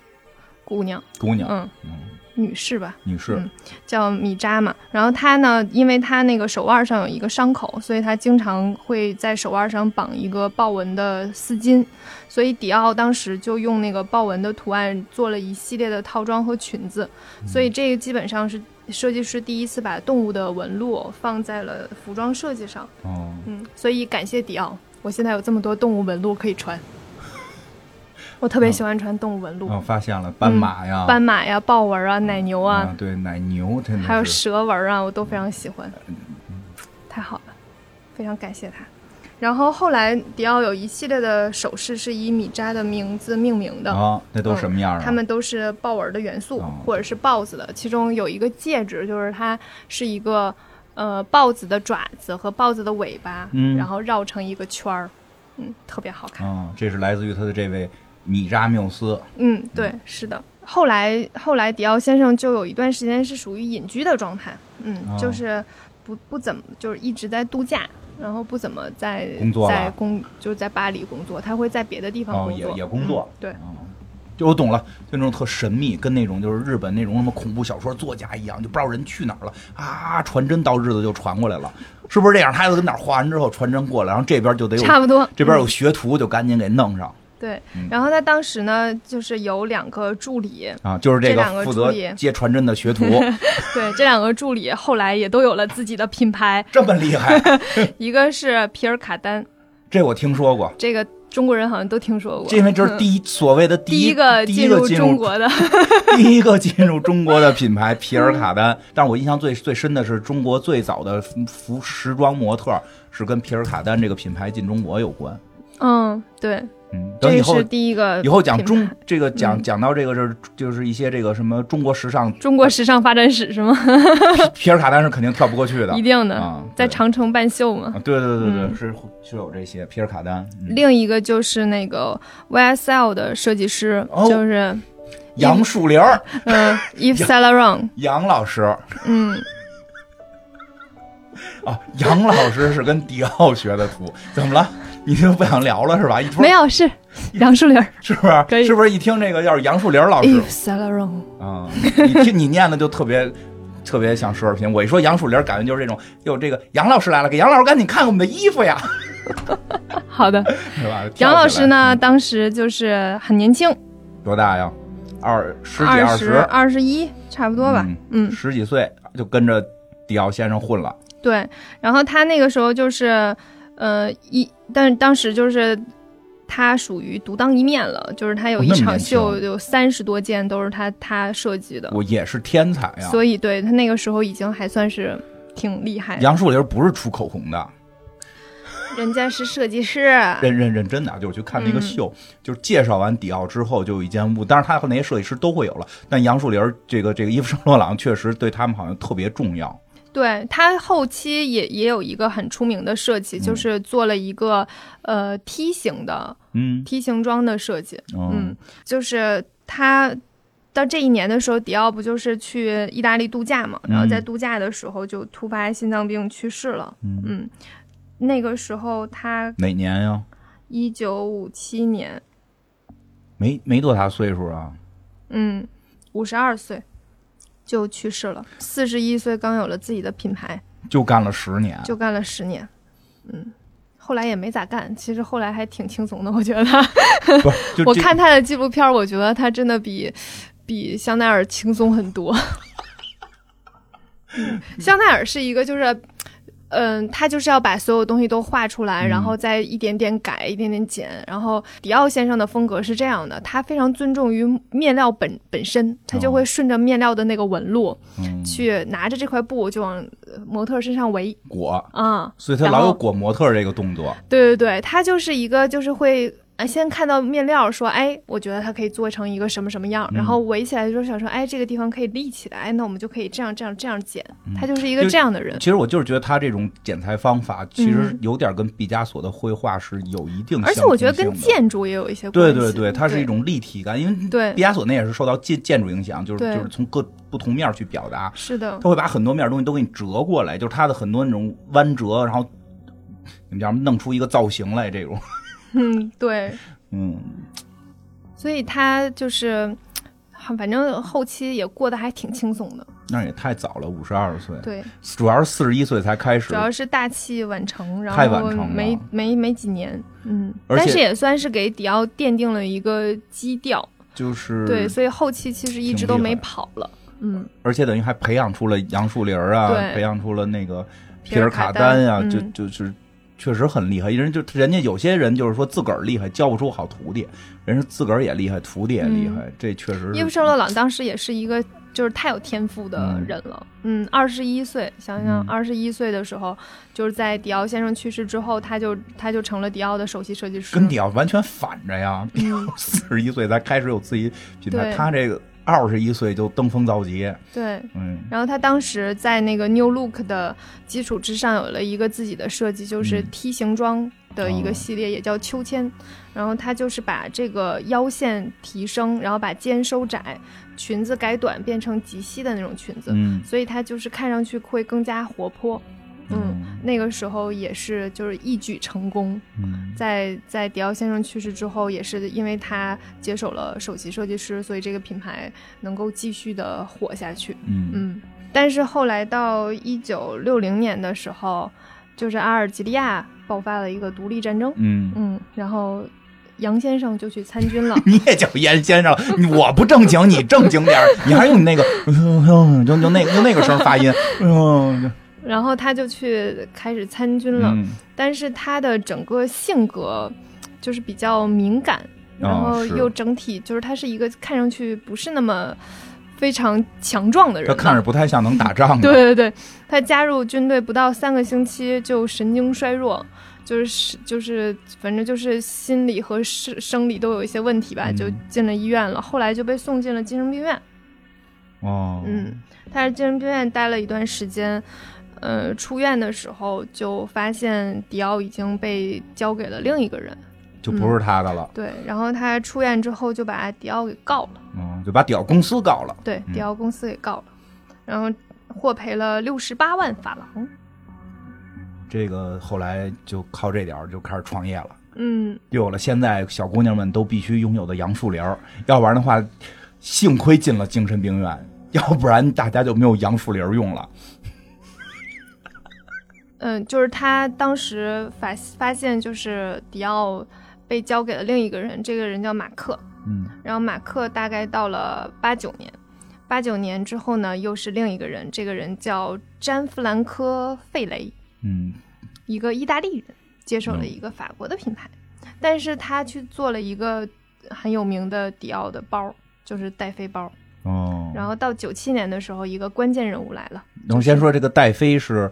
Speaker 1: 姑娘，
Speaker 2: 姑娘，
Speaker 1: 嗯，
Speaker 2: 啊嗯，
Speaker 1: 女士吧，
Speaker 2: 女士，
Speaker 1: 嗯叫米扎嘛。然后她呢，因为她那个手腕上有一个伤口，所以她经常会在手腕上绑一个豹纹的丝巾。所以迪奥当时就用那个豹纹的图案做了一系列的套装和裙子。所以这个基本上是设计师第一次把动物的纹路放在了服装设计上。
Speaker 2: 哦，
Speaker 1: 嗯，所以感谢迪奥，我现在有这么多动物纹路可以穿。我特别喜欢穿动物纹路，
Speaker 2: 哦，发现了斑马呀，
Speaker 1: 嗯斑马呀、豹纹啊、奶牛啊，
Speaker 2: 啊，对，奶牛，真的
Speaker 1: 还有
Speaker 2: 是嗯
Speaker 1: 蛇纹啊，我都非常喜欢，太好了，非常感谢他。然后后来迪奥有一系列的首饰是以米扎的名字命名的，
Speaker 2: 啊，那都什么样
Speaker 1: 嗯
Speaker 2: 啊？
Speaker 1: 它们都是豹纹的元素
Speaker 2: 哦
Speaker 1: 或者是豹子的，其中有一个戒指，就是它是一个呃豹子的爪子和豹子的尾巴，
Speaker 2: 嗯
Speaker 1: 然后绕成一个圈儿，嗯，特别好看。
Speaker 2: 啊，这是来自于他的这位米扎缪斯，
Speaker 1: 嗯，对，是的。后来，后来迪奥先生就有一段时间是属于隐居的状态，嗯，
Speaker 2: 哦
Speaker 1: 就是不不怎么，就是一直在度假，然后不怎么在
Speaker 2: 工作了
Speaker 1: 在工就是在巴黎工作，他会在别的地方
Speaker 2: 哦，
Speaker 1: 工
Speaker 2: 也
Speaker 1: 作，
Speaker 2: 也工作
Speaker 1: 嗯，对，
Speaker 2: 哦就我懂了，就那种特神秘，跟那种就是日本那种什么恐怖小说作家一样，就不知道人去哪儿了啊，传真到日子就传过来了，是不是这样？他就跟哪儿画完之后传真过来，然后这边就得有
Speaker 1: 差不多。
Speaker 2: 这
Speaker 1: 嗯
Speaker 2: 边有学徒，就赶紧给弄上
Speaker 1: 对
Speaker 2: 嗯，
Speaker 1: 然后他当时呢，就是有两个助理，
Speaker 2: 啊，就是
Speaker 1: 这两
Speaker 2: 个
Speaker 1: 个
Speaker 2: 负
Speaker 1: 助
Speaker 2: 责
Speaker 1: 理
Speaker 2: 接传真 的学徒，
Speaker 1: 对，这两个助理后来也都有了自己的品牌，
Speaker 2: 这么厉害，
Speaker 1: 一个是皮尔卡丹，
Speaker 2: 这我听说过，
Speaker 1: 这个中国人好像都听说过，
Speaker 2: 这因为这是第一所谓的
Speaker 1: 第
Speaker 2: 一
Speaker 1: 一个
Speaker 2: 第一
Speaker 1: 进
Speaker 2: 个
Speaker 1: 入
Speaker 2: 进
Speaker 1: 中
Speaker 2: 入
Speaker 1: 国的，
Speaker 2: 第一个进入中国的品牌皮尔卡丹，但是我印象最最深的是中国最早的服时装模特是跟皮尔卡丹这个品牌进中国有关。
Speaker 1: 嗯，对，
Speaker 2: 嗯，等以
Speaker 1: 这
Speaker 2: 后
Speaker 1: 是第一个
Speaker 2: 以后讲
Speaker 1: 品牌嗯
Speaker 2: 中这个讲讲到这个是就是一些这个什么中国 时尚，
Speaker 1: 中国时尚发展史是吗？
Speaker 2: 皮尔卡丹是肯定跳不过去的
Speaker 1: 一定的，
Speaker 2: 啊，
Speaker 1: 在
Speaker 2: 对
Speaker 1: 长城办秀嘛。
Speaker 2: 啊，对对对对，
Speaker 1: 嗯
Speaker 2: 是是有这些皮尔卡丹，嗯
Speaker 1: 另一个就是那个 YSL 的设计师，
Speaker 2: 哦
Speaker 1: 就是
Speaker 2: 杨树林儿，
Speaker 1: 嗯 Yves Saint Laurent，
Speaker 2: 杨老师
Speaker 1: 嗯，
Speaker 2: 啊，杨老师是跟迪奥学的图，怎么了？你就不想聊了是吧？一突然
Speaker 1: 没有是杨树林儿
Speaker 2: 是不是？
Speaker 1: 可以嗯
Speaker 2: 是不是一听这个要是杨树林老师
Speaker 1: ，Yves Saint Laurent，
Speaker 2: 啊、你听你念的就特别特别像奢侈品。我一说杨树林，感觉就是这种，哟，这个杨老师来了，给杨老师赶紧看看我们的衣服呀，
Speaker 1: 好的，
Speaker 2: 是吧？ 跳起来
Speaker 1: 杨老师呢，当时就是很年轻，
Speaker 2: 多大呀？二十几
Speaker 1: 二
Speaker 2: 二
Speaker 1: 十二十一差不多吧，嗯，
Speaker 2: 十几岁就跟着迪奥先生混了，
Speaker 1: 对，然后他那个时候就是，呃，一，但当时就是他属于独当一面了，就是他有
Speaker 2: 哦
Speaker 1: 一
Speaker 2: 那么
Speaker 1: 场
Speaker 2: 年
Speaker 1: 秀
Speaker 2: 轻
Speaker 1: 有三十多件都是他他设计的，
Speaker 2: 我也是天才呀。
Speaker 1: 所以对他那个时候已经还算是挺厉害的，
Speaker 2: 杨树林不是出口红的，
Speaker 1: 人家是设计师，
Speaker 2: 认认认真的啊，就是我去看那个
Speaker 1: 嗯
Speaker 2: 秀，就是介绍完迪奥之后就有一间屋，当然他和那些设计师都会有了，但杨树林儿这个这个伊夫圣罗朗确实对他们好像特别重要。
Speaker 1: 对他后期也也有一个很出名的设计，就
Speaker 2: 嗯
Speaker 1: 是做了一个呃梯形的
Speaker 2: 嗯
Speaker 1: 梯形装的设计，
Speaker 2: 哦
Speaker 1: 嗯，就是他到这一年的时候，迪奥不就是去意大利度假嘛？然后在
Speaker 2: 嗯
Speaker 1: 度假的时候就突发心脏病去世了。
Speaker 2: 嗯
Speaker 1: 嗯，那个时候他
Speaker 2: 哪年呀？
Speaker 1: 一九五七年，
Speaker 2: 没没多大岁数啊，
Speaker 1: 嗯，五十二岁就去世了，四十一岁刚有了自己的品牌，
Speaker 2: 就干了 十年。
Speaker 1: 就干了十年。嗯。后来也没咋干，其实后来还挺轻松的，我觉得。
Speaker 2: 不是，就
Speaker 1: 我
Speaker 2: 这
Speaker 1: 看他的纪录片儿，我觉得他真的比比香奈儿轻松很多。 嗯香奈儿是一个就是。嗯，他就是要把所有东西都画出来，
Speaker 2: 嗯
Speaker 1: 然后再一点点改，一点点剪。然后迪奥先生的风格是这样的，他非常尊重于面料本本身，他就
Speaker 2: 哦
Speaker 1: 会顺着面料的那个纹路、
Speaker 2: 嗯
Speaker 1: 去拿着这块布就往呃模特身上围
Speaker 2: 裹，
Speaker 1: 啊。
Speaker 2: 所以他
Speaker 1: 然
Speaker 2: 老有
Speaker 1: 后
Speaker 2: 裹模特这个动作。
Speaker 1: 对对对，他就是一个就是会啊，先看到面料说，哎，我觉得它可以做成一个什么什么样，
Speaker 2: 嗯
Speaker 1: 然后围起来的时候想说，哎，这个地方可以立起来，哎，那我们就可以这样这样这样剪。他就是一个
Speaker 2: 嗯就
Speaker 1: 这样的人，
Speaker 2: 其实我就是觉得他这种剪裁方法，其实有点跟毕加索的绘画是有一定相通性
Speaker 1: 嗯
Speaker 2: 的，
Speaker 1: 而且我觉得跟建筑也有一些关
Speaker 2: 对
Speaker 1: 系。
Speaker 2: 对对，它是一种立体感，因为
Speaker 1: 对
Speaker 2: 毕加索那也是受到建建筑影响，就是
Speaker 1: 对
Speaker 2: 就是从各不同面儿去表达，
Speaker 1: 是的，
Speaker 2: 他会把很多面儿东西都给你折过来，就是它的很多那种弯折，然后你们叫什么弄出一个造型来，这种，
Speaker 1: 嗯，对，
Speaker 2: 嗯，
Speaker 1: 所以他就是，哈反正后期也过得还挺轻松的。
Speaker 2: 那也太早了，五十二岁，
Speaker 1: 对，
Speaker 2: 主要是四十一岁才开始
Speaker 1: 主，要是大器晚成，然
Speaker 2: 太晚
Speaker 1: 后
Speaker 2: 成了
Speaker 1: 没没没几年，嗯，
Speaker 2: 而且
Speaker 1: 但是也算是给迪奥奠定了一个基调。
Speaker 2: 就是
Speaker 1: 对，所以后期其实一直都
Speaker 2: 嗯挺厉害
Speaker 1: 没跑了。嗯，
Speaker 2: 而且等于还培养出了杨树林儿啊，
Speaker 1: 对
Speaker 2: 培养出了那个
Speaker 1: 皮
Speaker 2: 皮
Speaker 1: 尔
Speaker 2: 尔
Speaker 1: 卡
Speaker 2: 卡
Speaker 1: 丹
Speaker 2: 丹啊，就
Speaker 1: 嗯
Speaker 2: 就是确实很厉害。人就人家有些人就是说自个儿厉害，教不出好徒弟，人是自个儿也厉害，徒弟也
Speaker 1: 嗯
Speaker 2: 厉害，这确实
Speaker 1: 伊夫
Speaker 2: 是。
Speaker 1: 圣洛朗当时也是一个就是太有天赋的人了，嗯，二十一岁，想想
Speaker 2: 嗯
Speaker 1: 二十一岁的时候，就是在迪奥先生去世之后，他就他就成了迪奥的首席设计师，
Speaker 2: 跟迪奥完全反着呀！迪
Speaker 1: 嗯
Speaker 2: 奥四十一岁才开始有自己品
Speaker 1: 对
Speaker 2: 牌，他这个二十一岁就登峰造极，
Speaker 1: 对。
Speaker 2: 嗯，
Speaker 1: 然后他当时在那个 New Look 的基础之上，有了一个自己的设计，就是
Speaker 2: 嗯
Speaker 1: 梯形装的一个
Speaker 2: 哦
Speaker 1: 系列，也叫秋千。然后他就是把这个腰线提升，然后把肩收窄，裙子改短变成及膝的那种裙子，
Speaker 2: 嗯
Speaker 1: 所以它就是看上去会更加活泼。嗯，那个时候也是就是一举成功，
Speaker 2: 嗯
Speaker 1: 在在迪奥先生去世之后，也是因为他接手了首席设计师，所以这个品牌能够继续的火下去。
Speaker 2: 嗯
Speaker 1: 嗯，但是后来到一九六零年的时候，就是阿尔及利亚爆发了一个独立战争，
Speaker 2: 嗯，。
Speaker 1: 嗯，然后杨先生就去参军 了
Speaker 2: 你也叫严先生，你我不正经，你正经点儿，你还用你那个，嗯，就就那就那个声发音，嗯，
Speaker 1: 然后他就去开始参军了，
Speaker 2: 嗯，
Speaker 1: 但 是他的整个性格就是比较敏感，然后
Speaker 2: 哦是
Speaker 1: 又整体就是他是一个看上去不是那么非常强壮的人
Speaker 2: 这
Speaker 1: 吧，
Speaker 2: 看着不太像能打仗的，
Speaker 1: 对对对，他加入军队不到三个星期就神经衰弱，就是就是反正就是心理和生生理都有一些问题吧，
Speaker 2: 嗯
Speaker 1: 就进了医院了。后来就被送进了精神病院，
Speaker 2: 哦，
Speaker 1: 嗯，他在精神病院待了一段时间。呃，出院的时候就发现迪奥已经被交给了另一个人，
Speaker 2: 就不是他的了，
Speaker 1: 对，然后他出院之后就把迪奥给告了，
Speaker 2: 嗯，就把屌公司告了，
Speaker 1: 对，
Speaker 2: 嗯
Speaker 1: 迪奥公司给告了，然后获赔了六十八万法郎，
Speaker 2: 这个后来就靠这点儿就开始创业了，
Speaker 1: 嗯，
Speaker 2: 又有了现在小姑娘们都必须拥有的杨树林儿，要不然的话，幸亏进了精神病院，要不然大家就没有杨树林儿用了，
Speaker 1: 嗯，就是他当时发发现，就是迪奥被交给了另一个人，这个人叫马克。
Speaker 2: 嗯
Speaker 1: 然后马克大概到了八九年，八九年之后呢，又是另一个人，这个人叫詹弗兰科·费雷，
Speaker 2: 嗯，
Speaker 1: 一个意大利人，接手了一个法国的品牌，但是他去做了一个很有名的迪奥的包，就是戴妃包。
Speaker 2: 哦，
Speaker 1: 然后到九七年的时候，一个关键人物来了，
Speaker 2: 然后先说这个戴妃是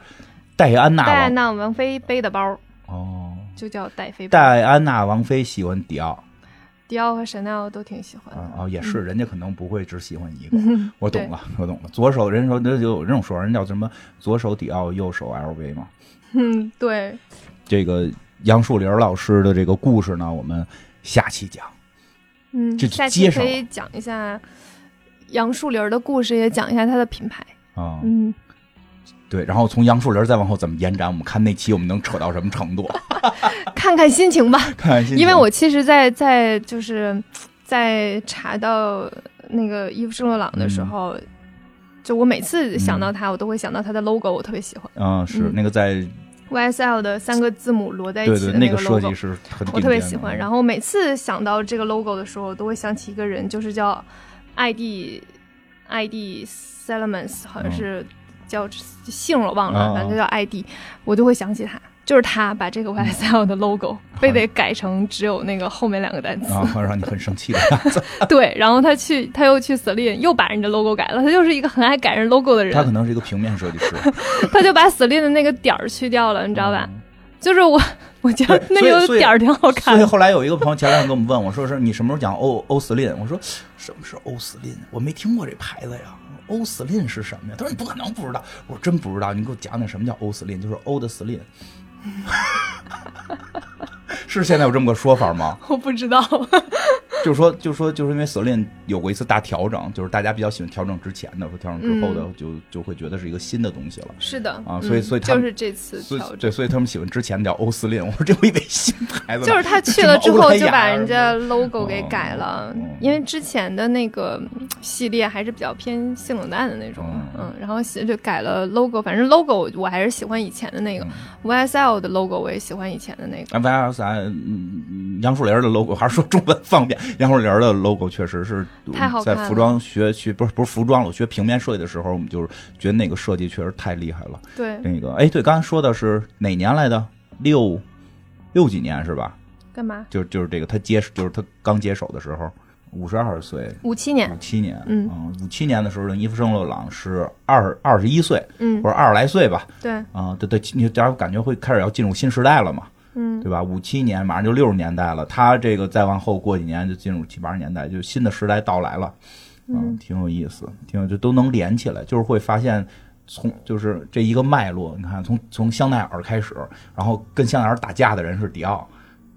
Speaker 2: 戴安娜
Speaker 1: 戴安
Speaker 2: 王
Speaker 1: 娜王妃背的包
Speaker 2: 哦，
Speaker 1: 就叫戴妃包。
Speaker 2: 戴安娜王妃喜欢迪奥
Speaker 1: 迪奥和 Chanel 都挺喜欢的。
Speaker 2: 啊啊，也是，人家可能不会只喜欢一个。
Speaker 1: 嗯
Speaker 2: 我懂了，我懂了。左手人说那就有这种说法，人叫什么？左手迪奥，右手 LV 嘛。
Speaker 1: 嗯，对，
Speaker 2: 这个杨树林老师的这个故事呢，我们下期讲。
Speaker 1: 嗯，
Speaker 2: 就
Speaker 1: 下期
Speaker 2: 接上
Speaker 1: 可
Speaker 2: 了
Speaker 1: 以讲一下杨树林儿的故事，也讲一下它的品牌。
Speaker 2: 啊、
Speaker 1: 嗯，
Speaker 2: 对，然后从杨树林再往后怎么延展，我们看那期我们能扯到什么程 度，
Speaker 1: 看看心情吧，
Speaker 2: 看看心情。
Speaker 1: 因为我其实在，在就是在查到那个伊夫圣洛朗的时候，
Speaker 2: 嗯
Speaker 1: 就我每次想到它，我都会想到它的 logo，我特别喜欢
Speaker 2: 嗯是
Speaker 1: 嗯
Speaker 2: 那个在
Speaker 1: YSL 的三个字母摞在一
Speaker 2: 对
Speaker 1: 起
Speaker 2: 对
Speaker 1: 的那
Speaker 2: 个设
Speaker 1: logo
Speaker 2: 计。师很
Speaker 1: 我特别
Speaker 2: 顶尖
Speaker 1: 喜
Speaker 2: 的啊
Speaker 1: 欢，然后每次想到这个 logo 的时候，我都会想起一个人，就是叫艾蒂艾蒂 Salamans，好像是叫姓儿我忘
Speaker 2: 啊
Speaker 1: 了，
Speaker 2: 嗯啊嗯
Speaker 1: 反正就叫艾蒂，我就会想起他，就是他把这个 YSL 的 logo 非得改成只有那个后面两个单词，
Speaker 2: 啊，让你很生 气的。啊
Speaker 1: 对，然后他去他又去 Celine 又把人家 logo 改了，他就是一个很爱改人 logo 的
Speaker 2: 他
Speaker 1: 人
Speaker 2: 可，能是一个平面设计师，
Speaker 1: 他就把 Celine 的那个点儿去掉了，你知道吧？
Speaker 2: 嗯？
Speaker 1: 就是我我觉得
Speaker 2: 对
Speaker 1: 那
Speaker 2: 所以
Speaker 1: 个
Speaker 2: 所以
Speaker 1: 点儿挺好
Speaker 2: 所
Speaker 1: 看
Speaker 2: 以
Speaker 1: 的。
Speaker 2: 后来有一个朋友前两天跟我们问我说是你什么时候讲欧欧司令？我说什么是欧司令？我没听过这牌子呀。欧司令是什么呀？他说你不可能不知道。我说真不知道，你给我讲讲什么叫欧司令？就是欧的司令。 是现在有这么个说法吗？
Speaker 1: 我不知道，
Speaker 2: 就是说，就是说，就是因为司令有过一次大调整，就是大家比较喜欢调整之前的，说调整之后
Speaker 1: 嗯
Speaker 2: 的就、就会觉得是一个新的东西了。
Speaker 1: 是的
Speaker 2: 啊所以
Speaker 1: 嗯
Speaker 2: 所以他
Speaker 1: 就
Speaker 2: 们
Speaker 1: 是这次
Speaker 2: 所以
Speaker 1: 调整。
Speaker 2: 对，所以他们喜欢之前叫欧司令。我说这我以为新牌子呢，
Speaker 1: 就是他去
Speaker 2: 什么
Speaker 1: 了之
Speaker 2: 欧莱
Speaker 1: 后
Speaker 2: 雅
Speaker 1: 就把
Speaker 2: 啊
Speaker 1: 人
Speaker 2: 什
Speaker 1: 家
Speaker 2: 么的
Speaker 1: logo 给改了
Speaker 2: 嗯嗯，
Speaker 1: 因为之前的那个嗯系列还是比较偏性冷淡的那种
Speaker 2: 嗯，
Speaker 1: 嗯，然后写就改了 logo，反正 logo 我还是喜欢以前的
Speaker 2: 嗯
Speaker 1: 那个 YSL 的 logo，我也喜欢以前的那个，
Speaker 2: YSL，嗯嗯杨树林儿的 logo 还是说中文方便。杨树林儿的 logo 确实是
Speaker 1: 太好
Speaker 2: 在
Speaker 1: 看
Speaker 2: 服装学学不是不是服装了，我学平面设计的时候，我们就是觉得那个设计确实太厉害了。
Speaker 1: 对，
Speaker 2: 那个哎，对，刚才说的是哪年来的？六六几年是吧？
Speaker 1: 干嘛？
Speaker 2: 就就是这个他接就是他刚接手的时候，五十二岁，
Speaker 1: 五七年
Speaker 2: 五，七年，
Speaker 1: 嗯
Speaker 2: 五七年的时候，伊夫圣洛朗是二二十一岁
Speaker 1: 嗯
Speaker 2: 或，者二十来岁吧，
Speaker 1: 对，
Speaker 2: 啊、对对，你然后感觉会开始要进入新时代了嘛。
Speaker 1: 嗯，
Speaker 2: 对吧？五七年马上就六十年代了，他这个再往后过几年就进入七八十年代，就新的时代到来了，嗯，挺有意思，挺有就都能连起来，就是会发现从就是这一个脉络，你看从从香奈儿开始，然后跟香奈儿打架的人是迪奥。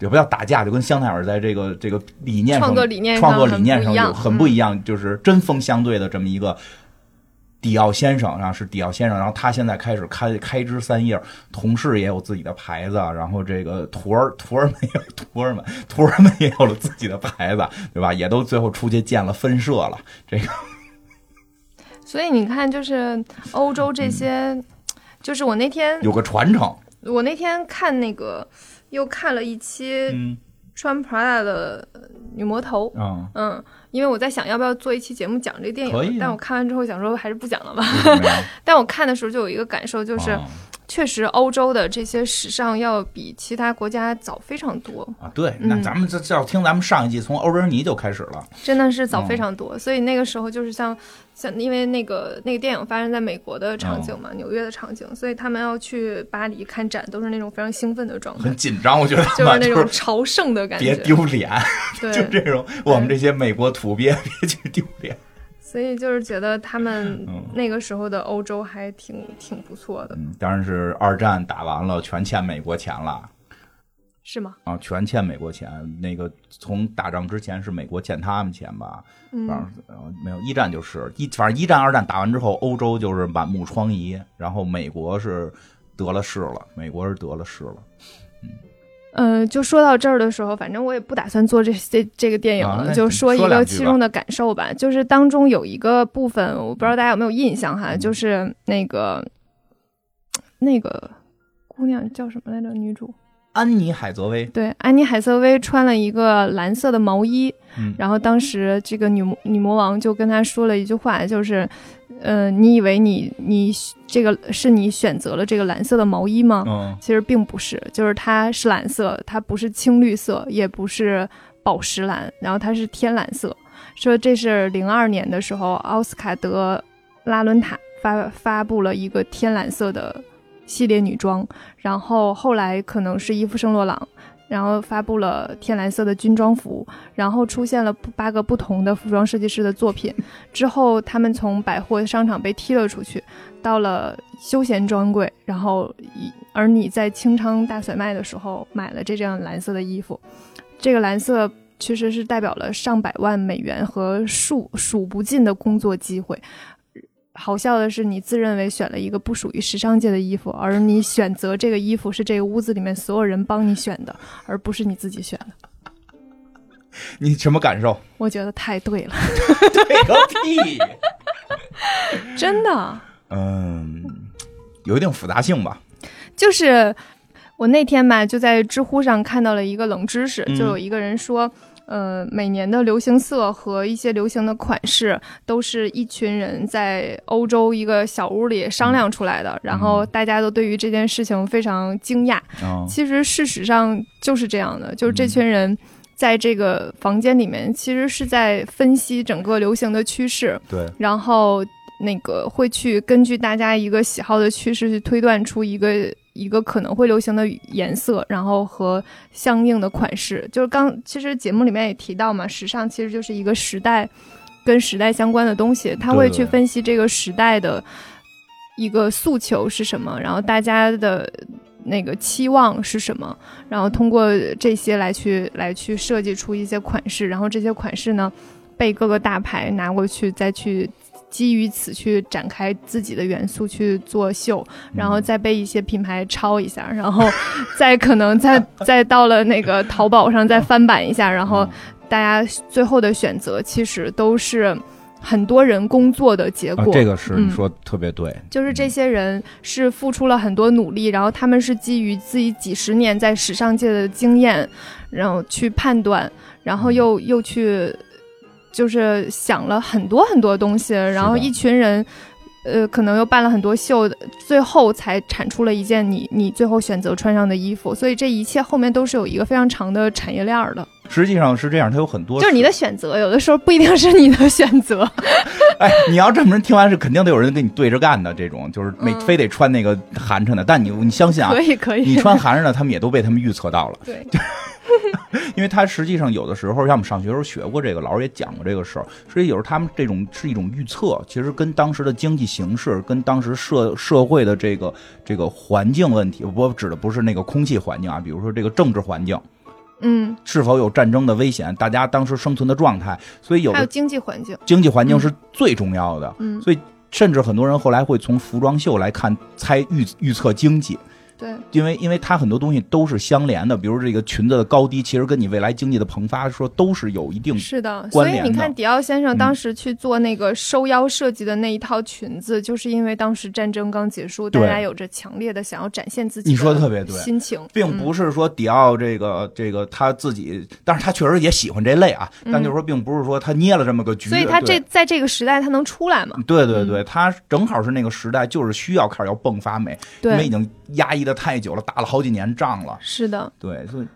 Speaker 2: 也不叫打架，就跟香奈儿在这个这个理念上、
Speaker 1: 创作理念上
Speaker 2: 创作理念上
Speaker 1: 很不一
Speaker 2: 有
Speaker 1: 样嗯
Speaker 2: 很不一样，就是针锋相对的这么一个迪奥先生啊，是迪奥先生，然后他现在开始开开枝散叶，同事也有自己的牌子，啊然后这个徒儿徒儿们也有徒儿们，徒儿们也有了自己的牌子，对吧？也都最后出去建了分社了，这个
Speaker 1: 所以你看，就是欧洲
Speaker 2: 嗯
Speaker 1: 这些，就是我那天
Speaker 2: 有个传 承，
Speaker 1: 我那天看那个又看了一期
Speaker 2: 嗯
Speaker 1: 穿 Prada 的女魔头，
Speaker 2: 啊，
Speaker 1: 嗯，因为我在想要不要做一期节目讲这个电影，
Speaker 2: 可以啊
Speaker 1: 但我看完之后想说还是不讲了吧。
Speaker 2: 为什么呀
Speaker 1: 但我看的时候就有一个感受，嗯就是、
Speaker 2: 啊
Speaker 1: 确实欧洲的这些时尚要比其他国家早非常多，
Speaker 2: 啊，对，那
Speaker 1: 嗯
Speaker 2: 咱们这这要听咱们上一季从欧仁尼就开始了，
Speaker 1: 真的是早非常多。
Speaker 2: 哦
Speaker 1: 所以那个时候就是像像因为那个那个电影发生在美国的场景
Speaker 2: 哦
Speaker 1: 嘛，纽约的场景，所以他们要去巴黎看展都是那种非常兴奋的状 态
Speaker 2: 很，紧张，我觉得
Speaker 1: 就是
Speaker 2: 吧
Speaker 1: 那
Speaker 2: 就是
Speaker 1: 种朝圣的感
Speaker 2: 别
Speaker 1: 觉。
Speaker 2: 丢脸，就
Speaker 1: 对，
Speaker 2: 这种我们这些美国土鳖别去丢脸。
Speaker 1: 所以就是觉得他们
Speaker 2: 嗯
Speaker 1: 那个时候的欧洲还挺挺不错的，
Speaker 2: 嗯，当然是二战打完了，全欠美国钱了。
Speaker 1: 是吗？
Speaker 2: 啊，全欠美国钱。那个从打仗之前是美国欠他们钱吧？
Speaker 1: 嗯
Speaker 2: 反正、呃没有一战就是一，反正一战、二战打完之后，欧洲就是满目疮痍，然后美国是得了势了，美国是得了势了。
Speaker 1: 呃，就说到这儿的时候，反正我也不打算做这这这个电影
Speaker 2: 啊
Speaker 1: 了，
Speaker 2: 那
Speaker 1: 就说一
Speaker 2: 说两
Speaker 1: 个
Speaker 2: 句吧
Speaker 1: 其中的感受吧。就是当中有一个部分，我不知道大家有没有印象哈，
Speaker 2: 嗯
Speaker 1: 就是那个那个姑娘叫什么来着？女主
Speaker 2: 安妮海瑟薇，
Speaker 1: 对，安妮海瑟薇穿了一个蓝色的毛衣，
Speaker 2: 嗯
Speaker 1: 然后当时这个女魔女魔王就跟她说了一句话，就是，呃，你以为你你这个是你选择了这个蓝色的毛衣吗？
Speaker 2: 嗯，
Speaker 1: 其实并不是，就是它是蓝色，它不是青绿色，也不是宝石蓝，然后它是天蓝色。说这是零二年的时候，奥斯卡德拉伦塔发发布了一个天蓝色的系列女装，然后后来可能是伊夫圣洛朗。然后发布了天蓝色的军装服，然后出现了八个不同的服装设计师的作品。之后，他们从百货商场被踢了出去，到了休闲专柜，然后以而你在清仓大甩卖的时候买了这件蓝色的衣服，这个蓝色其实是代表了上百万美元和数数不尽的工作机会。好笑的是，你自认为选了一个不属于时尚界的衣服，而你选择这个衣服是这个屋子里面所有人帮你选的，而不是你自己选的。
Speaker 2: 你什么感受？
Speaker 1: 我觉得太 对了，
Speaker 2: 对个屁！
Speaker 1: 真的。啊
Speaker 2: 嗯，有一定复杂性吧。
Speaker 1: 就是我那天吧，就在知乎上看到了一个冷知识，
Speaker 2: 嗯
Speaker 1: 就有一个人说。呃，每年的流行色和一些流行的款式，都是一群人在欧洲一个小屋里商量出来的。然后大家都对于这件事情非常惊讶。
Speaker 2: 嗯，
Speaker 1: 其实事实上就是这样的，就是这群人在这个房间里面，其实是在分析整个流行的趋势。
Speaker 2: 对，
Speaker 1: 然后那个会去根据大家一个喜好的趋势去推断出一个一个可能会流行的颜色，然后和相应的款式。就是刚其实节目里面也提到嘛，时尚其实就是一个时代跟时代相关的东西，他会
Speaker 2: 对
Speaker 1: 去分析这个时代的一个诉求是什么，然后大家的那个期望是什么，然后通过这些来去来去设计出一些款式，然后这些款式呢被各个大牌拿过去，再去基于此去展开自己的元素去做秀，
Speaker 2: 嗯
Speaker 1: 然后再被一些品牌抄一下，然后再可能 再再到了那个淘宝上再翻版一下，然
Speaker 2: 嗯
Speaker 1: 后大家最后的选择其实都是很多人工作的结
Speaker 2: 啊
Speaker 1: 果。，
Speaker 2: 这个是你
Speaker 1: 嗯
Speaker 2: 说得特别对，
Speaker 1: 就是
Speaker 2: 嗯
Speaker 1: 这些人是付出了很多努力，然后他们是基于自己几十年在时尚界的经验，然后去判断，然
Speaker 2: 嗯
Speaker 1: 后又又去，就是想了很多很多东西，然后一群人。呃，可能又办了很多秀，最后才产出了一件你你最后选择穿上的衣服，所以这一切后面都是有一个非常长的产业链儿的，
Speaker 2: 实际上是这样，它有很多
Speaker 1: 就是你的选择，有的时候不一定是你的选择。
Speaker 2: 哎，你要这么人听完是肯定得有人跟你对着干的，这种就是没、
Speaker 1: 嗯
Speaker 2: 非得穿那个寒碜的。但你你相信啊
Speaker 1: 可，以可
Speaker 2: 你
Speaker 1: 以，
Speaker 2: 穿寒碜的，他们也都被他们预测到了，
Speaker 1: 对，
Speaker 2: 因为他实际上有的时候，像我们上学的时候学过这个，老师也讲过这个事儿。所以有时候他们这种是一种预测，其实跟当时的经济形势、跟当时社社会的这个这个环境问题，我指的不是那个空气环境啊，比如说这个政治环境
Speaker 1: 嗯，
Speaker 2: 是否有战争的危险，大家当时生存的状态，所以有
Speaker 1: 还有
Speaker 2: 的
Speaker 1: 经济环境，
Speaker 2: 经济环境是最重要的。
Speaker 1: 嗯，
Speaker 2: 所以甚至很多人后来会从服装秀来看猜预预测经济，
Speaker 1: 对，
Speaker 2: 因为因为它很多东西都是相连的，比如这个裙子的高低，其实跟你未来经济的膨发说都是有一定。
Speaker 1: 是的，
Speaker 2: 关
Speaker 1: 所以
Speaker 2: 联
Speaker 1: 你
Speaker 2: 的
Speaker 1: 看迪奥先生
Speaker 2: 嗯
Speaker 1: 当时去做那个收腰设计的那一套裙子，就是因为当时战争刚结束，大
Speaker 2: 对
Speaker 1: 家有着强烈的想要展现自己，
Speaker 2: 你说得特别对
Speaker 1: 心情嗯
Speaker 2: 并不是说迪奥这个这个他自己，但是他确实也喜欢这类啊，但就是说并不是说他捏了这么个局，
Speaker 1: 嗯所以他
Speaker 2: 对
Speaker 1: 这嗯在这个时代他能出来嘛？
Speaker 2: 对对对，他正好是那个时代，就是需要开始要迸发美，因为
Speaker 1: 对，
Speaker 2: 已经压抑的太久了，打了好几年仗了，
Speaker 1: 是的。
Speaker 2: 对，所以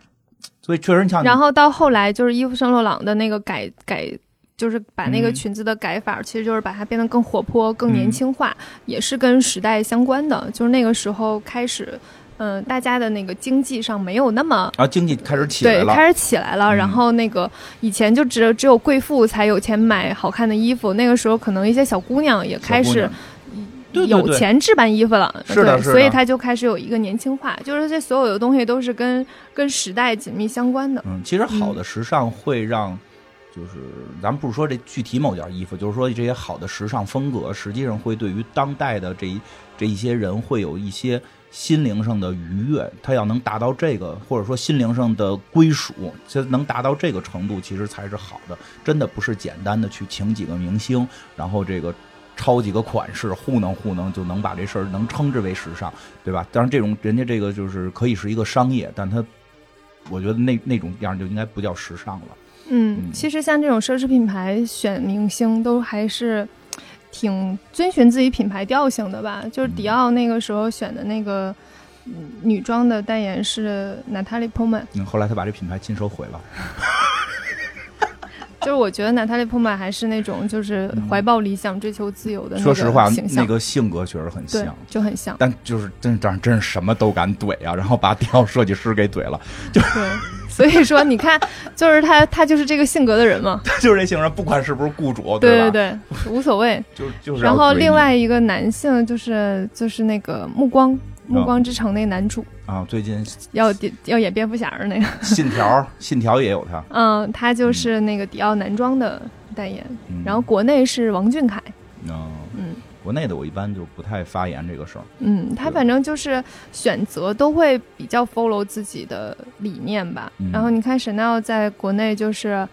Speaker 2: 所以确实你像你
Speaker 1: 然后到后来就是伊夫圣洛朗的那个改改。就是把那个
Speaker 2: 嗯
Speaker 1: 裙子的改法，其实就是把它变得更活泼、更年
Speaker 2: 嗯
Speaker 1: 轻化，也是跟时代相关的。就是那个时候开始，嗯、大家的那个经济上没有那么
Speaker 2: 然后啊经济开始起来
Speaker 1: 对，
Speaker 2: 了，嗯
Speaker 1: 开始起来了。然后那个以前就只只有贵妇才有钱买好看的衣服，那个时候可能一些小姑娘也
Speaker 2: 小
Speaker 1: 开
Speaker 2: 姑
Speaker 1: 始
Speaker 2: 娘对对
Speaker 1: 有
Speaker 2: 对
Speaker 1: 钱置办衣服了，
Speaker 2: 是的
Speaker 1: 对
Speaker 2: 是的
Speaker 1: 所以它就开始有一个年轻化，就是这所有的东西都是跟跟时代紧密相关的。
Speaker 2: 嗯，其实好
Speaker 1: 嗯
Speaker 2: 的时尚会让，就是咱们不是说这具体某件衣服，就是说这些好的时尚风格，实际上会对于当代的这一这一些人会有一些心灵上的愉悦。他要能达到这个，或者说心灵上的归属，就能达到这个程度，其实才是好的。真的不是简单的去请几个明星，然后这个。抄几个款式糊弄糊弄就能把这事儿能称之为时尚，对吧？当然，这种人家这个就是可以是一个商业，但它我觉得那那种样就应该不叫时尚了。
Speaker 1: 嗯，
Speaker 2: 嗯
Speaker 1: 其实像这种奢侈品牌选明星都还是。挺遵循自己品牌调性的吧，就是
Speaker 2: 嗯
Speaker 1: 迪奥那个时候选的那个嗯女装的代言是 Natalie Portman，
Speaker 2: 嗯，后来他把这品牌亲手毁了。
Speaker 1: 就是我觉得娜塔莉·波曼还是那种就是怀抱理想、追求自由的那
Speaker 2: 嗯说
Speaker 1: 个
Speaker 2: 实话
Speaker 1: 形，
Speaker 2: 那
Speaker 1: 象，
Speaker 2: 个性格确实很
Speaker 1: 对
Speaker 2: 像，，。
Speaker 1: 就很像
Speaker 2: 但就是真但是真是什么都敢怼啊，然后把迪奥设计师给怼了，
Speaker 1: 对，所以说你看，就是他，他就是这个性格的人嘛。
Speaker 2: 他就是这性格，不管是不是雇主，
Speaker 1: 对
Speaker 2: 吧？
Speaker 1: 对， 无所谓。
Speaker 2: 就就是要怼
Speaker 1: 然
Speaker 2: 你。
Speaker 1: 后另外一个男性就是就是那个《暮光》《
Speaker 2: 嗯
Speaker 1: 暮光之城》那男主，
Speaker 2: 啊，最近
Speaker 1: 要演要演蝙蝠侠的那个，
Speaker 2: 信条 信条也有他，
Speaker 1: 嗯，他就是那个迪奥男装的代言。
Speaker 2: 嗯、
Speaker 1: 然后国内是王俊凯，
Speaker 2: 嗯
Speaker 1: 嗯。
Speaker 2: 国内的我一般就不太发言这个事儿，
Speaker 1: 嗯，他
Speaker 2: 对
Speaker 1: 反正就是选择都会比较 follow 自己的理念吧。
Speaker 2: 嗯
Speaker 1: 然后你看 Chanel 在国内就是，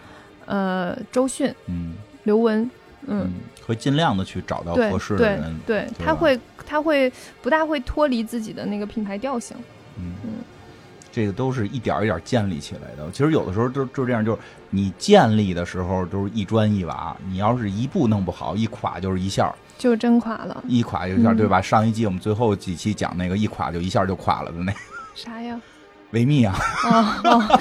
Speaker 1: 呃，周迅、
Speaker 2: 嗯
Speaker 1: 刘雯，嗯，，
Speaker 2: 会尽量的去找到
Speaker 1: 对
Speaker 2: 嗯合适的
Speaker 1: 对
Speaker 2: 人，
Speaker 1: 对，
Speaker 2: 对
Speaker 1: 他
Speaker 2: 吧
Speaker 1: 会他会不大会脱离自己的那个品牌调性。
Speaker 2: 嗯
Speaker 1: 嗯，
Speaker 2: 这个都是一点儿一点儿建立起来的。其实有的时候就就这样，就是你建立的时候都是一砖一瓦，你要是一步弄不好，一垮就是一下儿，
Speaker 1: 就真垮了，
Speaker 2: 一垮就一下儿，
Speaker 1: 嗯
Speaker 2: 对吧？上一季我们最后几期讲那个一垮就一下就垮了的那
Speaker 1: 啥呀？
Speaker 2: 维密啊，
Speaker 1: 哦哦，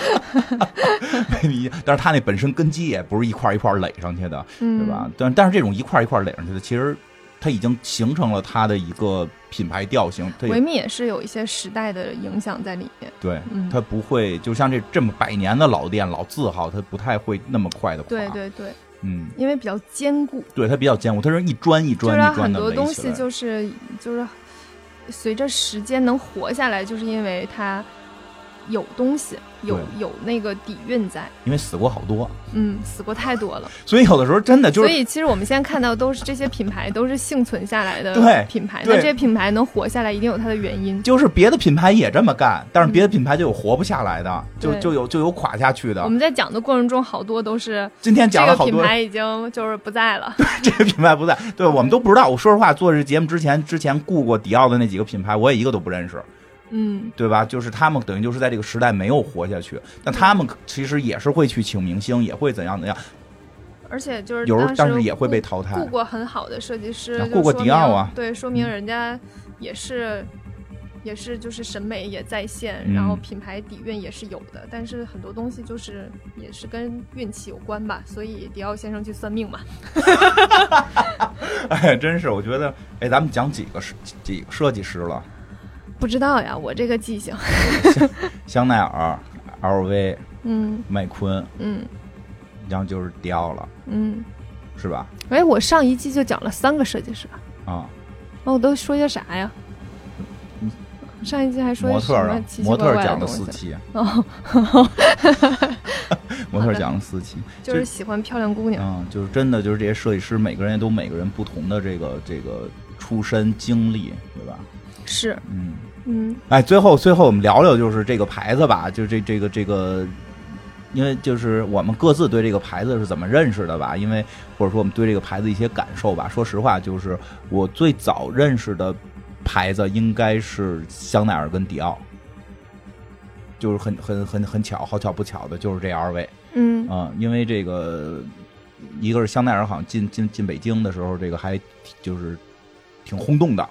Speaker 2: 维密，但是它那本身根基也不是一块儿一块儿垒上去的，
Speaker 1: 嗯，
Speaker 2: 对吧？？但但是这种一块儿一块儿垒上去的，其实它已经形成了它的一个品牌调性，它也
Speaker 1: 维密也是有一些时代的影响在里面。
Speaker 2: 对，
Speaker 1: 嗯，
Speaker 2: 它不会就像这这么百年的老店老字号，它不太会那么快的垮。
Speaker 1: 对，对对，
Speaker 2: 嗯，
Speaker 1: 因为比较坚固，
Speaker 2: 对，它比较坚固，它是一砖一
Speaker 1: 就是
Speaker 2: 砖
Speaker 1: 它
Speaker 2: 一砖
Speaker 1: 很
Speaker 2: 的
Speaker 1: 多
Speaker 2: 垒
Speaker 1: 东
Speaker 2: 起
Speaker 1: 西
Speaker 2: 来。
Speaker 1: 就是就是随着时间能活下来，就是因为它有东西，有
Speaker 2: 对
Speaker 1: 有那个底蕴在。
Speaker 2: 因为死过好多，
Speaker 1: 嗯，死过太多了，
Speaker 2: 所以有的时候真的就
Speaker 1: 所
Speaker 2: 是
Speaker 1: 以其实我们现在看到都是这些品牌都是幸存下来的
Speaker 2: 对
Speaker 1: 品牌，那
Speaker 2: 对
Speaker 1: 这些品牌能活下来，一定有它的原因。
Speaker 2: 就是别的品牌也这么干，但是别的品牌就有活不下来的，
Speaker 1: 嗯
Speaker 2: 就
Speaker 1: 对
Speaker 2: 就有就有垮下去
Speaker 1: 我
Speaker 2: 的。
Speaker 1: 们在讲的过程中，好多都是
Speaker 2: 今天
Speaker 1: 这
Speaker 2: 讲了
Speaker 1: 个
Speaker 2: 好
Speaker 1: 品
Speaker 2: 多，
Speaker 1: 牌已经就是不在了。
Speaker 2: 这个品 牌不在，对我们都不知道。我说实话，做这节目之前，之前雇过迪奥的那几个品牌，我也一个都不认识，
Speaker 1: 嗯，
Speaker 2: 对吧？就是他们等于就是在这个时代没有活下去，但他们其实也是会去请明星，也会怎样怎样，
Speaker 1: 而且就是
Speaker 2: 有时候
Speaker 1: 当
Speaker 2: 但
Speaker 1: 时
Speaker 2: 是也会被
Speaker 1: 雇
Speaker 2: 淘汰
Speaker 1: 雇。过很好的设计师
Speaker 2: 啊，
Speaker 1: 就
Speaker 2: 雇过
Speaker 1: 说
Speaker 2: 迪奥
Speaker 1: 明
Speaker 2: 啊
Speaker 1: 对，说明人家也是。也是，就是审美也在线，
Speaker 2: 嗯
Speaker 1: 然后品牌底蕴也是有的，但是很多东西就是也是跟运气有关吧，所以迪奥先生去算命嘛。
Speaker 2: 哎， 真是，我觉得，哎，咱们讲几个设几个设计师了，
Speaker 1: 不知道呀，我这个记性，
Speaker 2: 香奈儿、LV、
Speaker 1: 嗯
Speaker 2: 麦昆，
Speaker 1: 嗯
Speaker 2: 然后就是迪奥了，
Speaker 1: 嗯。
Speaker 2: 是吧？
Speaker 1: 哎，我上一季就讲了三个设计师，
Speaker 2: 啊、
Speaker 1: 那我都说些啥呀？上一季还说
Speaker 2: 模
Speaker 1: 些
Speaker 2: 特
Speaker 1: 什
Speaker 2: 儿
Speaker 1: 么
Speaker 2: 啊
Speaker 1: 奇，奇
Speaker 2: 模
Speaker 1: 怪
Speaker 2: 特儿
Speaker 1: 怪
Speaker 2: 讲
Speaker 1: 的
Speaker 2: 了
Speaker 1: 东
Speaker 2: 四
Speaker 1: 西？
Speaker 2: 期，
Speaker 1: 哦，
Speaker 2: 模特
Speaker 1: 好
Speaker 2: 儿
Speaker 1: 的
Speaker 2: 讲了四期，
Speaker 1: 就是喜欢漂亮姑娘。
Speaker 2: 嗯，就是真的，就是这些设计师，每个人都每个人不同的这个这个出身经历，对吧？
Speaker 1: 是，
Speaker 2: 嗯，
Speaker 1: 嗯，
Speaker 2: 哎，最后最后我们聊聊就是这个牌子吧，就这这个这个，因为就是我们各自对这个牌子是怎么认识的吧，因为或者说我们对这个牌子一些感受吧。说实话，就是我最早认识的牌子应该是香奈儿跟迪奥。就是很很很很巧，好巧不巧的，就是这二位。
Speaker 1: 嗯，
Speaker 2: 啊，因为这个一个是香奈儿好像进进进北京的时候，这个还就是挺轰动的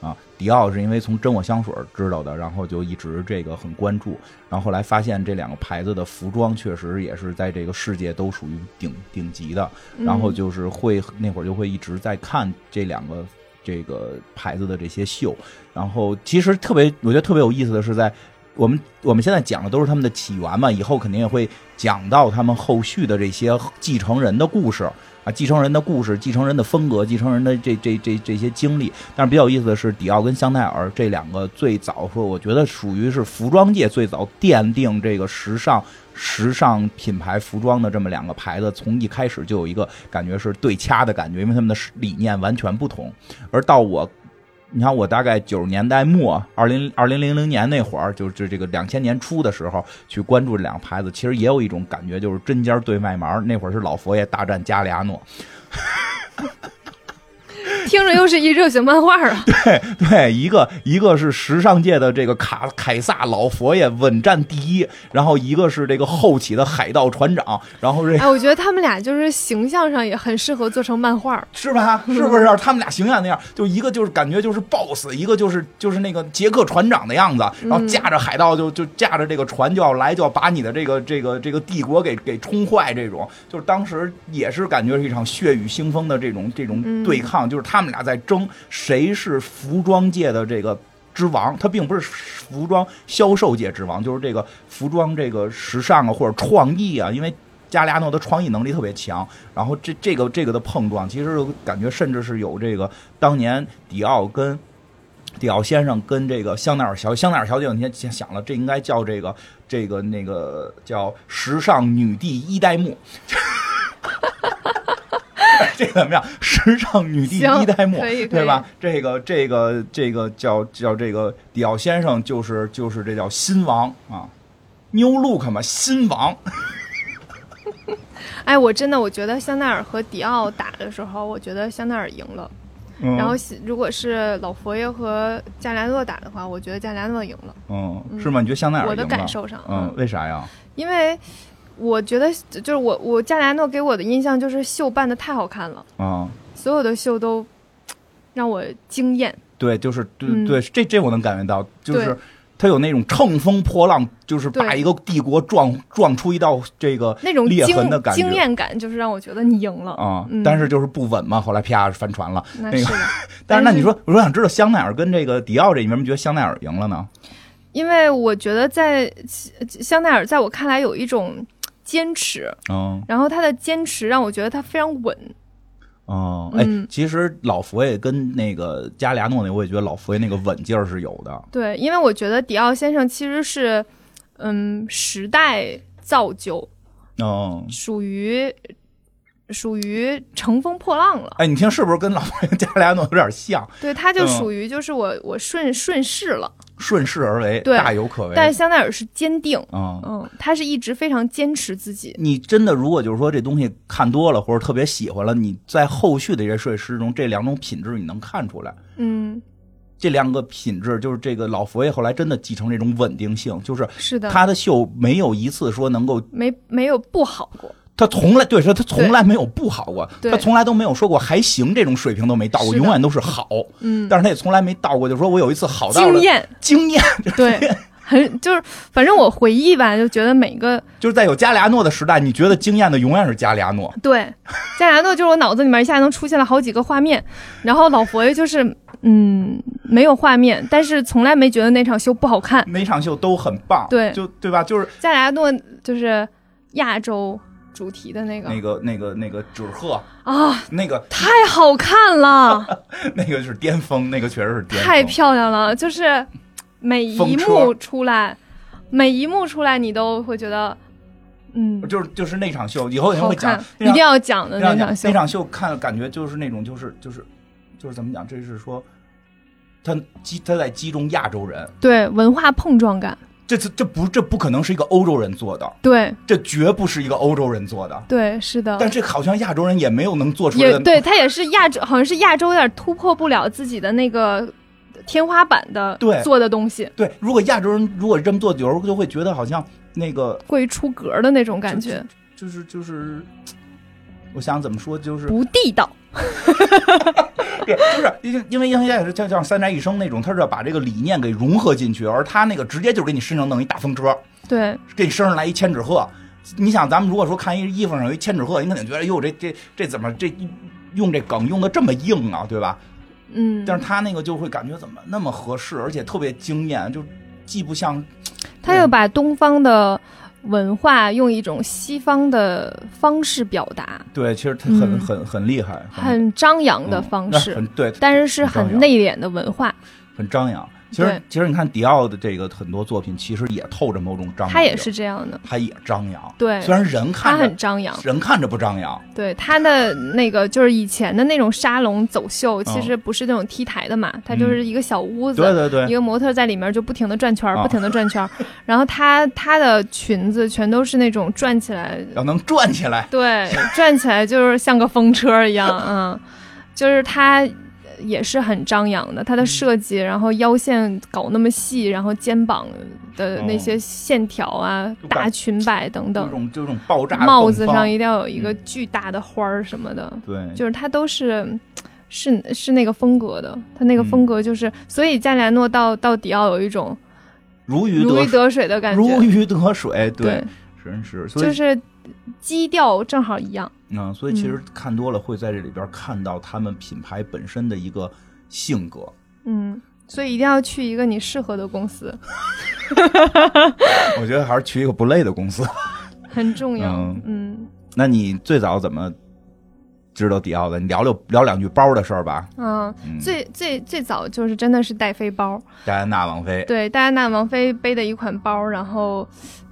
Speaker 2: 啊。迪奥是因为从真我香水知道的，然后就一直这个很关注，然后后来发现这两个牌子的服装确实也是在这个世界都属于顶顶级的，
Speaker 1: 嗯
Speaker 2: 然后就是会那会儿就会一直在看这两个这个牌子的这些秀，然后其实特别我觉得特别有意思的是在。我们我们现在讲的都是他们的起源嘛，以后肯定也会讲到他们后续的这些继承人的故事啊，继承人的故事、继承人的风格、继承人的这这这这些经历。但是比较有意思的是，迪奥跟香奈儿这两个最早说，我觉得属于是服装界最早奠定这个时尚时尚品牌服装的这么两个牌子，从一开始就有一个感觉是对掐的感觉，因为他们的理念完全不同。而到我，你看我大概九十年代末，二零二零零零年那会儿，就是这个两千年初的时候，去关注这两个牌子，其实也有一种感觉，就是针尖儿对麦芒。那会儿是老佛爷大战加利亚诺，
Speaker 1: 听着又是一热血漫画啊。
Speaker 2: 对，一个一个是时尚界的这个卡凯撒老佛爷稳占第一，然后一个是这个后起的海盗船长，然后这
Speaker 1: 哎，我觉得他们俩就是形象上也很适合做成漫画。
Speaker 2: 是吧？是不是？他们俩形象那样，就一个就是感觉就是 boss，一个就是就是那个杰克船长的样子，然后驾着海盗就就驾着这个船就要来，就要把你的这个这个这个帝国给给冲坏，这种就是当时也是感觉是一场血雨腥风的这种这种对抗，就是他们俩在争谁是服装界的这个。之王，他并不是服装销售界之王，就是这个服装这个时尚啊或者创意啊，因为加利亚诺的创意能力特别强，然后这这个这个的碰撞，其实感觉甚至是有这个当年迪奥跟迪奥先生跟这个香奈儿小香奈儿小姐，你先想了，这应该叫这个这个那个叫时尚女帝一代目。 这个怎么样？时尚女帝
Speaker 1: 行
Speaker 2: 一代目
Speaker 1: 可以，可以
Speaker 2: 对吧？这个这个这个叫叫这个迪奥先生，就是就是这叫新王啊，New Look 嘛，新王。
Speaker 1: 哎，我真的我觉得香奈儿和迪奥打的时候，我觉得香奈儿赢了。
Speaker 2: 嗯
Speaker 1: 然后如果是老佛爷和加利亚诺打的话，我觉得加利亚诺赢了。
Speaker 2: 嗯，是吗？你觉得香奈儿
Speaker 1: 我的
Speaker 2: 赢了
Speaker 1: 感受上啊
Speaker 2: 嗯，为啥呀？
Speaker 1: 因为我觉得就是我我加利亚诺给我的印象就是秀办的太好看了，
Speaker 2: 嗯，
Speaker 1: 所有的秀都让我惊艳。
Speaker 2: 对，就是对
Speaker 1: 嗯
Speaker 2: 对，这这我能感觉到，就
Speaker 1: 对
Speaker 2: 是他有那种乘风破浪，就是
Speaker 1: 对
Speaker 2: 把一个帝国撞撞出一道这个
Speaker 1: 那种
Speaker 2: 裂
Speaker 1: 惊
Speaker 2: 痕的感
Speaker 1: 惊
Speaker 2: 觉
Speaker 1: 艳感，就是让我觉得你赢了
Speaker 2: 啊、
Speaker 1: 嗯
Speaker 2: 但是就是不稳嘛，后来啪翻船了。
Speaker 1: 那
Speaker 2: 那
Speaker 1: 是
Speaker 2: 个
Speaker 1: 的，
Speaker 2: 但是那
Speaker 1: 但是
Speaker 2: 你说，我说想知道香奈儿跟这个迪奥这，你为什么觉得香奈儿赢了呢？
Speaker 1: 因为我觉得在香奈儿在我看来有一种坚持，
Speaker 2: 嗯
Speaker 1: 然后他的坚持让我觉得他非常稳。
Speaker 2: 嗯，哎，
Speaker 1: 嗯
Speaker 2: 其实老佛爷跟那个加利亚诺那，我也觉得老佛爷那个稳劲儿是有的。
Speaker 1: 对，因为我觉得迪奥先生其实是，嗯，时代造就，
Speaker 2: 嗯，
Speaker 1: 属于属于乘风破浪了。
Speaker 2: 哎，你听是不是跟老佛爷加利亚诺有点像？
Speaker 1: 对，他就
Speaker 2: 嗯
Speaker 1: 属于就是我、我顺顺势了，
Speaker 2: 顺势而为，
Speaker 1: 对
Speaker 2: 大有可为。
Speaker 1: 但是香奈儿是坚定，
Speaker 2: 嗯，
Speaker 1: 嗯，他是一直非常坚持自己。
Speaker 2: 你真的如果就是说这东西看多了或者特别喜欢了，你在后续的这些设计师中，这两种品质你能看出来。
Speaker 1: 嗯，
Speaker 2: 这两个品质就是这个老佛爷后来真的继承这种稳定性，就是
Speaker 1: 是的，
Speaker 2: 他的秀没有一次说能够，
Speaker 1: 没没有不好过。
Speaker 2: 他从来对说他从来没有不好过，
Speaker 1: 对
Speaker 2: 他从来都没有说过还行这种水平都没到过，
Speaker 1: 是的
Speaker 2: 永远都是好，
Speaker 1: 嗯，
Speaker 2: 但是他也从来没到过，就说我有一次好到了
Speaker 1: 经验
Speaker 2: 经验，
Speaker 1: 对，很就是反正我回忆吧，就觉得每个
Speaker 2: 就是在有加利亚诺的时代，你觉得惊艳的永远是加利亚诺，
Speaker 1: 对，加拿诺就是我脑子里面一下能出现了好几个画面，然后老佛爷就是嗯没有画面，但是从来没觉得那场秀不好看。
Speaker 2: 每场秀都很棒，
Speaker 1: 对
Speaker 2: 就对吧？就是
Speaker 1: 加拿诺就是亚洲主题的那个
Speaker 2: 那个那个那个啊纸鹤，
Speaker 1: 啊，
Speaker 2: 那个
Speaker 1: 太好看了，
Speaker 2: 那个是巅峰，那个确实是巅峰，
Speaker 1: 太漂亮了，就是每一
Speaker 2: 风车
Speaker 1: 幕出来，每一幕出来你都会觉得嗯
Speaker 2: 就是就是那场秀，以后有人
Speaker 1: 好
Speaker 2: 会讲
Speaker 1: 看，，
Speaker 2: 那
Speaker 1: 一定
Speaker 2: 场
Speaker 1: 要讲的
Speaker 2: 那
Speaker 1: 那场
Speaker 2: 场
Speaker 1: 秀
Speaker 2: 那。场秀看感觉就是那种就是就是就是怎么讲，这是说他击他在击中亚洲人，
Speaker 1: 对文化碰撞感，
Speaker 2: 这这这不这不可能是一个欧洲人做的，
Speaker 1: 对
Speaker 2: 这绝不是一个欧洲人做的，
Speaker 1: 对是的，
Speaker 2: 但这好像亚洲人也没有能做出
Speaker 1: 嗯
Speaker 2: 来
Speaker 1: 也
Speaker 2: 的，
Speaker 1: 对他也是亚洲，好像是亚洲有点突破不了自己的那个天花板的
Speaker 2: 对
Speaker 1: 做的东西，
Speaker 2: 对如果亚洲人如果这么做，有时候就会觉得好像那个
Speaker 1: 过于出格的那种感觉，
Speaker 2: 就是就是，我想怎么说就是。
Speaker 1: 不地道。
Speaker 2: 对，就是因为因为杨家也是像像三宅一生那种，他是要把这个理念给融合进去，而他那个直接就是给你身上弄一大风车，
Speaker 1: 对
Speaker 2: 给你身上来一千纸鹤。你想，咱们如果说看一衣服上有一千纸鹤，你肯定觉得哎哟，这这这怎么这用这梗用的这么硬啊，对吧？
Speaker 1: 嗯，
Speaker 2: 但是他那个就会感觉怎么那么合适，而且特别惊艳，就既不像
Speaker 1: 他又把东方的文化用一种西方的方式表达，
Speaker 2: 对，其实他
Speaker 1: 很嗯
Speaker 2: 很很厉害，
Speaker 1: 很张扬的方式，
Speaker 2: 嗯很对，
Speaker 1: 但是是很内敛的文化，
Speaker 2: 很张扬。其
Speaker 1: 实对
Speaker 2: 实其实你看迪奥的这个很多作品，其实也透着某种张扬，
Speaker 1: 他也是这样的。
Speaker 2: 他也张扬。
Speaker 1: 对
Speaker 2: 虽然人
Speaker 1: 他
Speaker 2: 看
Speaker 1: 很
Speaker 2: 着
Speaker 1: 张扬，
Speaker 2: 人看着不张扬，
Speaker 1: 对他的那个就是以前的那种沙龙走秀，其
Speaker 2: 嗯
Speaker 1: 实不是那种 T 台的嘛，它就
Speaker 2: 嗯
Speaker 1: 是一个小屋子，
Speaker 2: 对
Speaker 1: 一
Speaker 2: 对，
Speaker 1: 个模特在里面就不停的转圈儿，
Speaker 2: 啊
Speaker 1: 不停的转圈儿， 然后她她的裙子全都是那种转起来，
Speaker 2: 要能转起来，
Speaker 1: 对，转起来就是像个风车一样，嗯，就是她也是很张扬的，她的设计，然后腰线搞那么细，然后肩膀的那些线条啊，
Speaker 2: 就感
Speaker 1: 大裙摆等
Speaker 2: 这
Speaker 1: 等，
Speaker 2: 种这种爆炸
Speaker 1: 帽子
Speaker 2: 迸发
Speaker 1: 上一定要有一个巨大的花儿什么的，
Speaker 2: 对，
Speaker 1: 就是他都是是是那个风格的，他那个
Speaker 2: 嗯
Speaker 1: 风格就是，所以加里亚诺到到迪奥有一种
Speaker 2: 如鱼
Speaker 1: 如鱼
Speaker 2: 得
Speaker 1: 得水的感
Speaker 2: 如
Speaker 1: 觉，
Speaker 2: 鱼得水，
Speaker 1: 对，，
Speaker 2: 真是，所
Speaker 1: 就
Speaker 2: 以
Speaker 1: 是基调正好一样，
Speaker 2: 嗯，所以其实看多了会在这里边看到他们品牌本身的一个性格，
Speaker 1: 嗯，所以一定要去一个你适合的公司，
Speaker 2: 我觉得还是去一个不累的公司。
Speaker 1: 很重要，
Speaker 2: 嗯
Speaker 1: 嗯
Speaker 2: 那你最早怎么知道迪奥的？你聊聊聊两句包的事儿吧。
Speaker 1: 啊，
Speaker 2: 嗯，哎
Speaker 1: 最最最早就是真的是戴妃包，
Speaker 2: 戴安娜王妃，
Speaker 1: 对，戴安娜王妃背的一款包，然后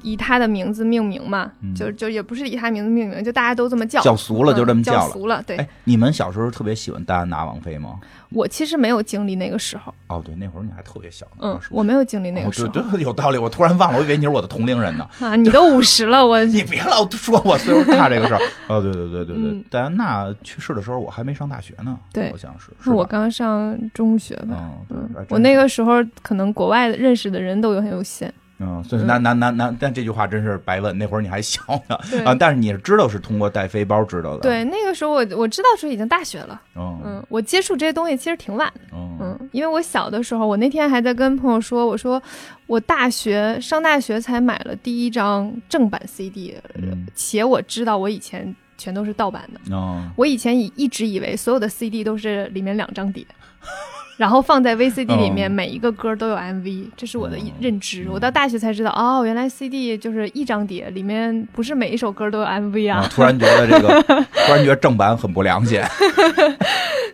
Speaker 1: 以她的名字命名嘛，
Speaker 2: 嗯
Speaker 1: 就就也不是以她名字命名，就大家都这么叫，
Speaker 2: 叫俗了就这么
Speaker 1: 嗯叫
Speaker 2: 了。
Speaker 1: 俗了，对
Speaker 2: 哎，你们小时候特别喜欢戴安娜王妃吗？
Speaker 1: 我其实没有经历那个时候，
Speaker 2: 哦，对，那会儿你还特别小呢。
Speaker 1: 嗯
Speaker 2: 当，时
Speaker 1: 我没有经历那
Speaker 2: 哦
Speaker 1: 个时候、
Speaker 2: 对对，有道理。我突然忘了，我以为你是我的同龄人呢。
Speaker 1: 啊，你都五十了，我
Speaker 2: 你别老说我岁数大这个事儿。哦，对对对对对
Speaker 1: 嗯，
Speaker 2: 戴安娜去世的时候，我还没上大学呢。
Speaker 1: 对
Speaker 2: 好像是。是
Speaker 1: 那我
Speaker 2: 吧
Speaker 1: 刚上中学吧，
Speaker 2: 嗯，对
Speaker 1: 嗯
Speaker 2: 还，真
Speaker 1: 我那
Speaker 2: 是
Speaker 1: 个时候可能国外认识的人都有很有限，
Speaker 2: 嗯，所以
Speaker 1: 嗯
Speaker 2: 那那那那，但这句话真是白问。那会儿你还小呢
Speaker 1: 对
Speaker 2: 啊，但是你是知道是通过戴飞包知道的。，
Speaker 1: 对，那个时候我我知道是已经大学了，
Speaker 2: 嗯
Speaker 1: 嗯，我接触这些东西其实挺晚的，
Speaker 2: 嗯
Speaker 1: 嗯，因为我小的时候，我那天还在跟朋友说，我说我大学上大学才买了第一张正版 CD，
Speaker 2: 嗯
Speaker 1: 且我知道我以前全都是盗版的。
Speaker 2: 哦，
Speaker 1: 我以前以一直以为所有的 CD 都是里面两张碟， 然后放在 VCD 里面，
Speaker 2: 嗯
Speaker 1: 每一个歌都有 MV，这是我的一
Speaker 2: 嗯
Speaker 1: 认知。我到大学才知道，哦，原来 CD 就是一张碟，里面不是每一首歌都有 MV
Speaker 2: 啊
Speaker 1: 啊，
Speaker 2: 突然觉得这个，突然觉得正版很不良心。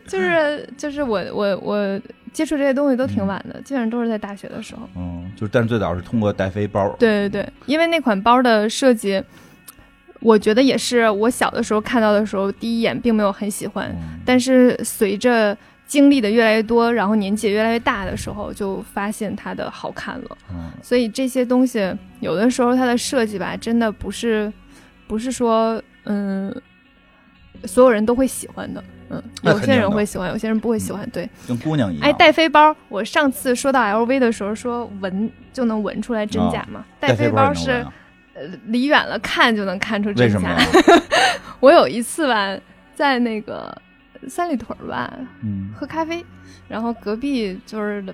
Speaker 1: 就是就是我我我接触这些东西都挺晚的，基本上都是在大学的时候。
Speaker 2: 嗯，就是但最早是通过戴飞包，
Speaker 1: 对对对，因为那款包的设计。我觉得也是，我小的时候看到的时候，第一眼并没有很喜欢，
Speaker 2: 嗯，
Speaker 1: 但是随着经历的越来越多，然后年纪也越来越大的时候，就发现它的好看了。
Speaker 2: 嗯
Speaker 1: 所以这些东西有的时候它的设计吧，真的不是不是说嗯所有人都会喜欢的。嗯，
Speaker 2: 那
Speaker 1: 有
Speaker 2: 肯
Speaker 1: 些
Speaker 2: 定
Speaker 1: 人
Speaker 2: 的嗯啊
Speaker 1: 会喜欢，有些人不会喜欢。对，
Speaker 2: 跟姑娘一样。
Speaker 1: 哎，戴飞包，我上次说到 LV 的时候说闻就能闻出来真假嘛，戴
Speaker 2: 戴
Speaker 1: 飞
Speaker 2: 嗯包也能闻
Speaker 1: 是
Speaker 2: 啊
Speaker 1: 呃离远了看就能看出
Speaker 2: 为
Speaker 1: 真
Speaker 2: 什么
Speaker 1: 假
Speaker 2: 呀。？
Speaker 1: 我有一次吧，在那个三里屯儿吧，
Speaker 2: 嗯，
Speaker 1: 喝咖啡，然后隔壁就是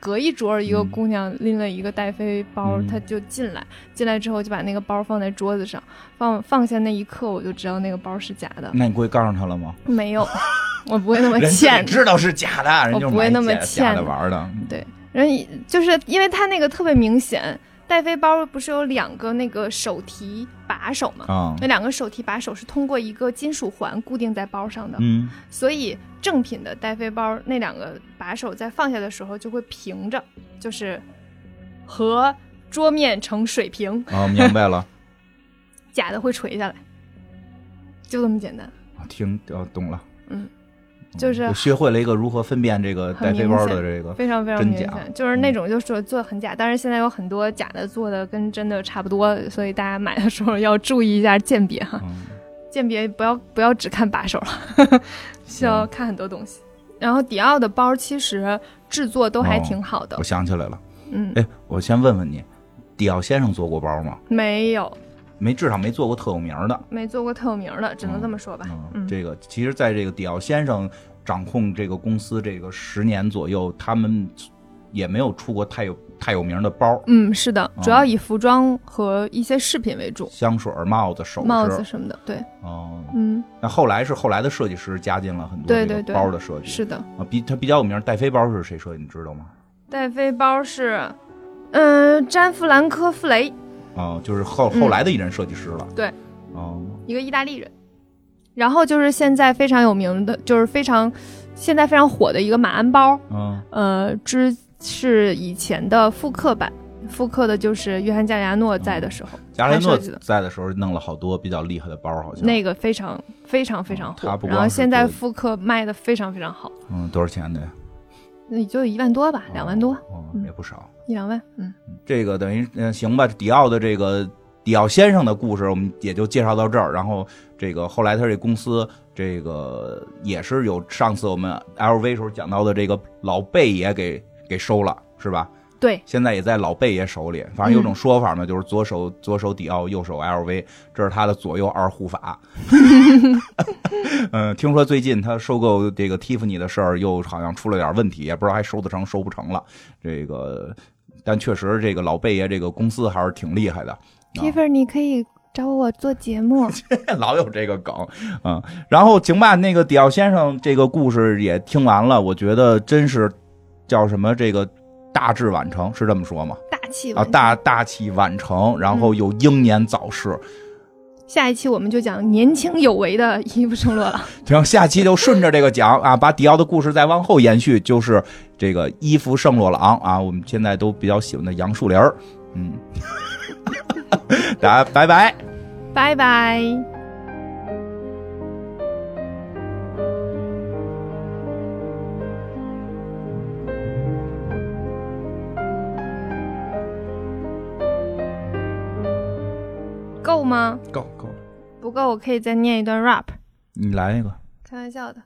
Speaker 1: 隔一桌一个
Speaker 2: 嗯
Speaker 1: 姑娘拎了一个戴飞包，
Speaker 2: 嗯
Speaker 1: 她就进来，进来之后就把那个包放在桌子上，放放下那一刻我就知道那个包是假的，
Speaker 2: 那你过去告诉他了吗？
Speaker 1: 没有， 我不会那么
Speaker 2: 嗯人
Speaker 1: 欠
Speaker 2: 家知道是假的，人就
Speaker 1: 我不会
Speaker 2: 买
Speaker 1: 那么
Speaker 2: 假
Speaker 1: 欠
Speaker 2: 假
Speaker 1: 的
Speaker 2: 的玩儿的。
Speaker 1: 人一就是因为他那个特别明显，戴飞包不是有两个那个手提把手吗？
Speaker 2: 啊，
Speaker 1: 那两个手提把手是通过一个金属环固定在包上的，
Speaker 2: 嗯，
Speaker 1: 所以正品的戴飞包那两个把手在放下的时候就会平着，就是和桌面成水平，
Speaker 2: 哦，明白了，
Speaker 1: 假的会垂下来，就这么简单。
Speaker 2: 啊听哦懂了，
Speaker 1: 嗯，
Speaker 2: 嗯
Speaker 1: 就是
Speaker 2: 我学会了一个如何分辨这个戴
Speaker 1: 很
Speaker 2: 飞
Speaker 1: 明
Speaker 2: 包
Speaker 1: 显
Speaker 2: 的这个。
Speaker 1: 非常非常
Speaker 2: 真
Speaker 1: 明
Speaker 2: 假
Speaker 1: 显，就是那种就是做的很假，但是现在有很多假的做的跟真的差不多，所以大家买的时候要注意一下鉴别哈，
Speaker 2: 嗯，
Speaker 1: 鉴别不要不要只看把手了， 需要看很多东西。然后迪奥的包其实制作都还
Speaker 2: 哦哦
Speaker 1: 挺好的，
Speaker 2: 我想起来了，
Speaker 1: 嗯，
Speaker 2: 哎，我先问问你，迪奥先生做过包吗？
Speaker 1: 没有，
Speaker 2: 没，至少没做过特有名儿的。
Speaker 1: 没做过特有名儿的，只能这么说吧。
Speaker 2: 嗯，这个其实，在这个迪奥先生掌控这个公司这个十年左右，他们也没有出过太有太有名的包，
Speaker 1: 嗯，是的，主要以服装和一些饰品为主，
Speaker 2: 香水儿、帽子、首饰。
Speaker 1: 帽子什么的。对，
Speaker 2: 哦，
Speaker 1: 嗯，
Speaker 2: 那后来是后来的设计师加进了很多
Speaker 1: 对
Speaker 2: 这
Speaker 1: 对
Speaker 2: 个
Speaker 1: 对
Speaker 2: 包的设计。
Speaker 1: 是的。
Speaker 2: 啊，比他比较有名，戴飞包是谁设计？你知道吗？
Speaker 1: 戴飞包是，嗯、詹弗兰科·弗雷，
Speaker 2: 哦，就是后
Speaker 1: 嗯
Speaker 2: 后来的一任设计师了。
Speaker 1: 对。
Speaker 2: 哦，
Speaker 1: 一个意大利人。然后就是现在非常有名的，就是非常现在非常火的一个马鞍包，
Speaker 2: 嗯，
Speaker 1: 呃，之是以前的复刻版，复刻的就是约翰·加里亚诺在的时候，
Speaker 2: 加雷
Speaker 1: 他
Speaker 2: 诺
Speaker 1: 设计的
Speaker 2: 在的时候弄了好多比较厉害的包，好像
Speaker 1: 那个非常非常非常
Speaker 2: 哦
Speaker 1: 火
Speaker 2: 他。不光
Speaker 1: 然后
Speaker 2: 是
Speaker 1: 现在
Speaker 2: 做
Speaker 1: 复刻卖的非常非常好，
Speaker 2: 嗯多少钱的呀？
Speaker 1: 那也就一万多吧，两万多，
Speaker 2: 哦，
Speaker 1: 嗯
Speaker 2: 也不少。
Speaker 1: 一两万，嗯。
Speaker 2: 这个等于嗯行吧，迪奥的这个迪奥先生的故事，我们也就介绍到这儿。然后这个后来他这公司这个也是有上次我们 LV 时候讲到的这个老贝爷给给收了，是吧？
Speaker 1: 对，
Speaker 2: 现在也在老贝爷手里。反正有种说法呢，就是左手左手迪奥，右手 LV，这是他的左右二护法。 嗯，听说最近他收购这个蒂芙尼的事儿又好像出了点问题，也不知道还收得成收不成了。这个，但确实这个老贝爷这个公司还是挺厉害的。
Speaker 1: 蒂芬，你可以找我做节目。
Speaker 2: 老有这个梗，嗯，然后行吧，那个迪奥先生这个故事也听完了，我觉得真是叫什么这个大致晚成，是这么说吗？
Speaker 1: 大气
Speaker 2: 啊，
Speaker 1: 晚
Speaker 2: 大大器晚成，然后又英年早逝。
Speaker 1: 下一期我们就讲年轻有为的伊夫圣 罗朗。
Speaker 2: 行，下期就顺着这个讲啊，把迪奥的故事再往后延续，就是这个伊芙圣洛朗啊，我们现在都比较喜欢的杨树林儿，嗯， 大家拜拜。
Speaker 1: 拜拜。够吗？
Speaker 2: 够够了，
Speaker 1: 不够，我可以再念一段 rap。
Speaker 2: 你来一个。
Speaker 1: 开玩笑的，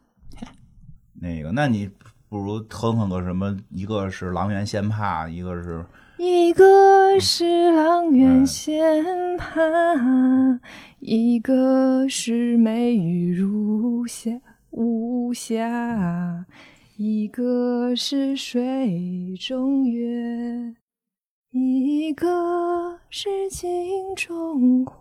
Speaker 2: 那个，那你不如哼哼个什么？一个是《狼源仙帕》，一个是
Speaker 1: 一个是阆苑仙葩，一个是美玉如霞无瑕，一个是水中月，一个是镜中花，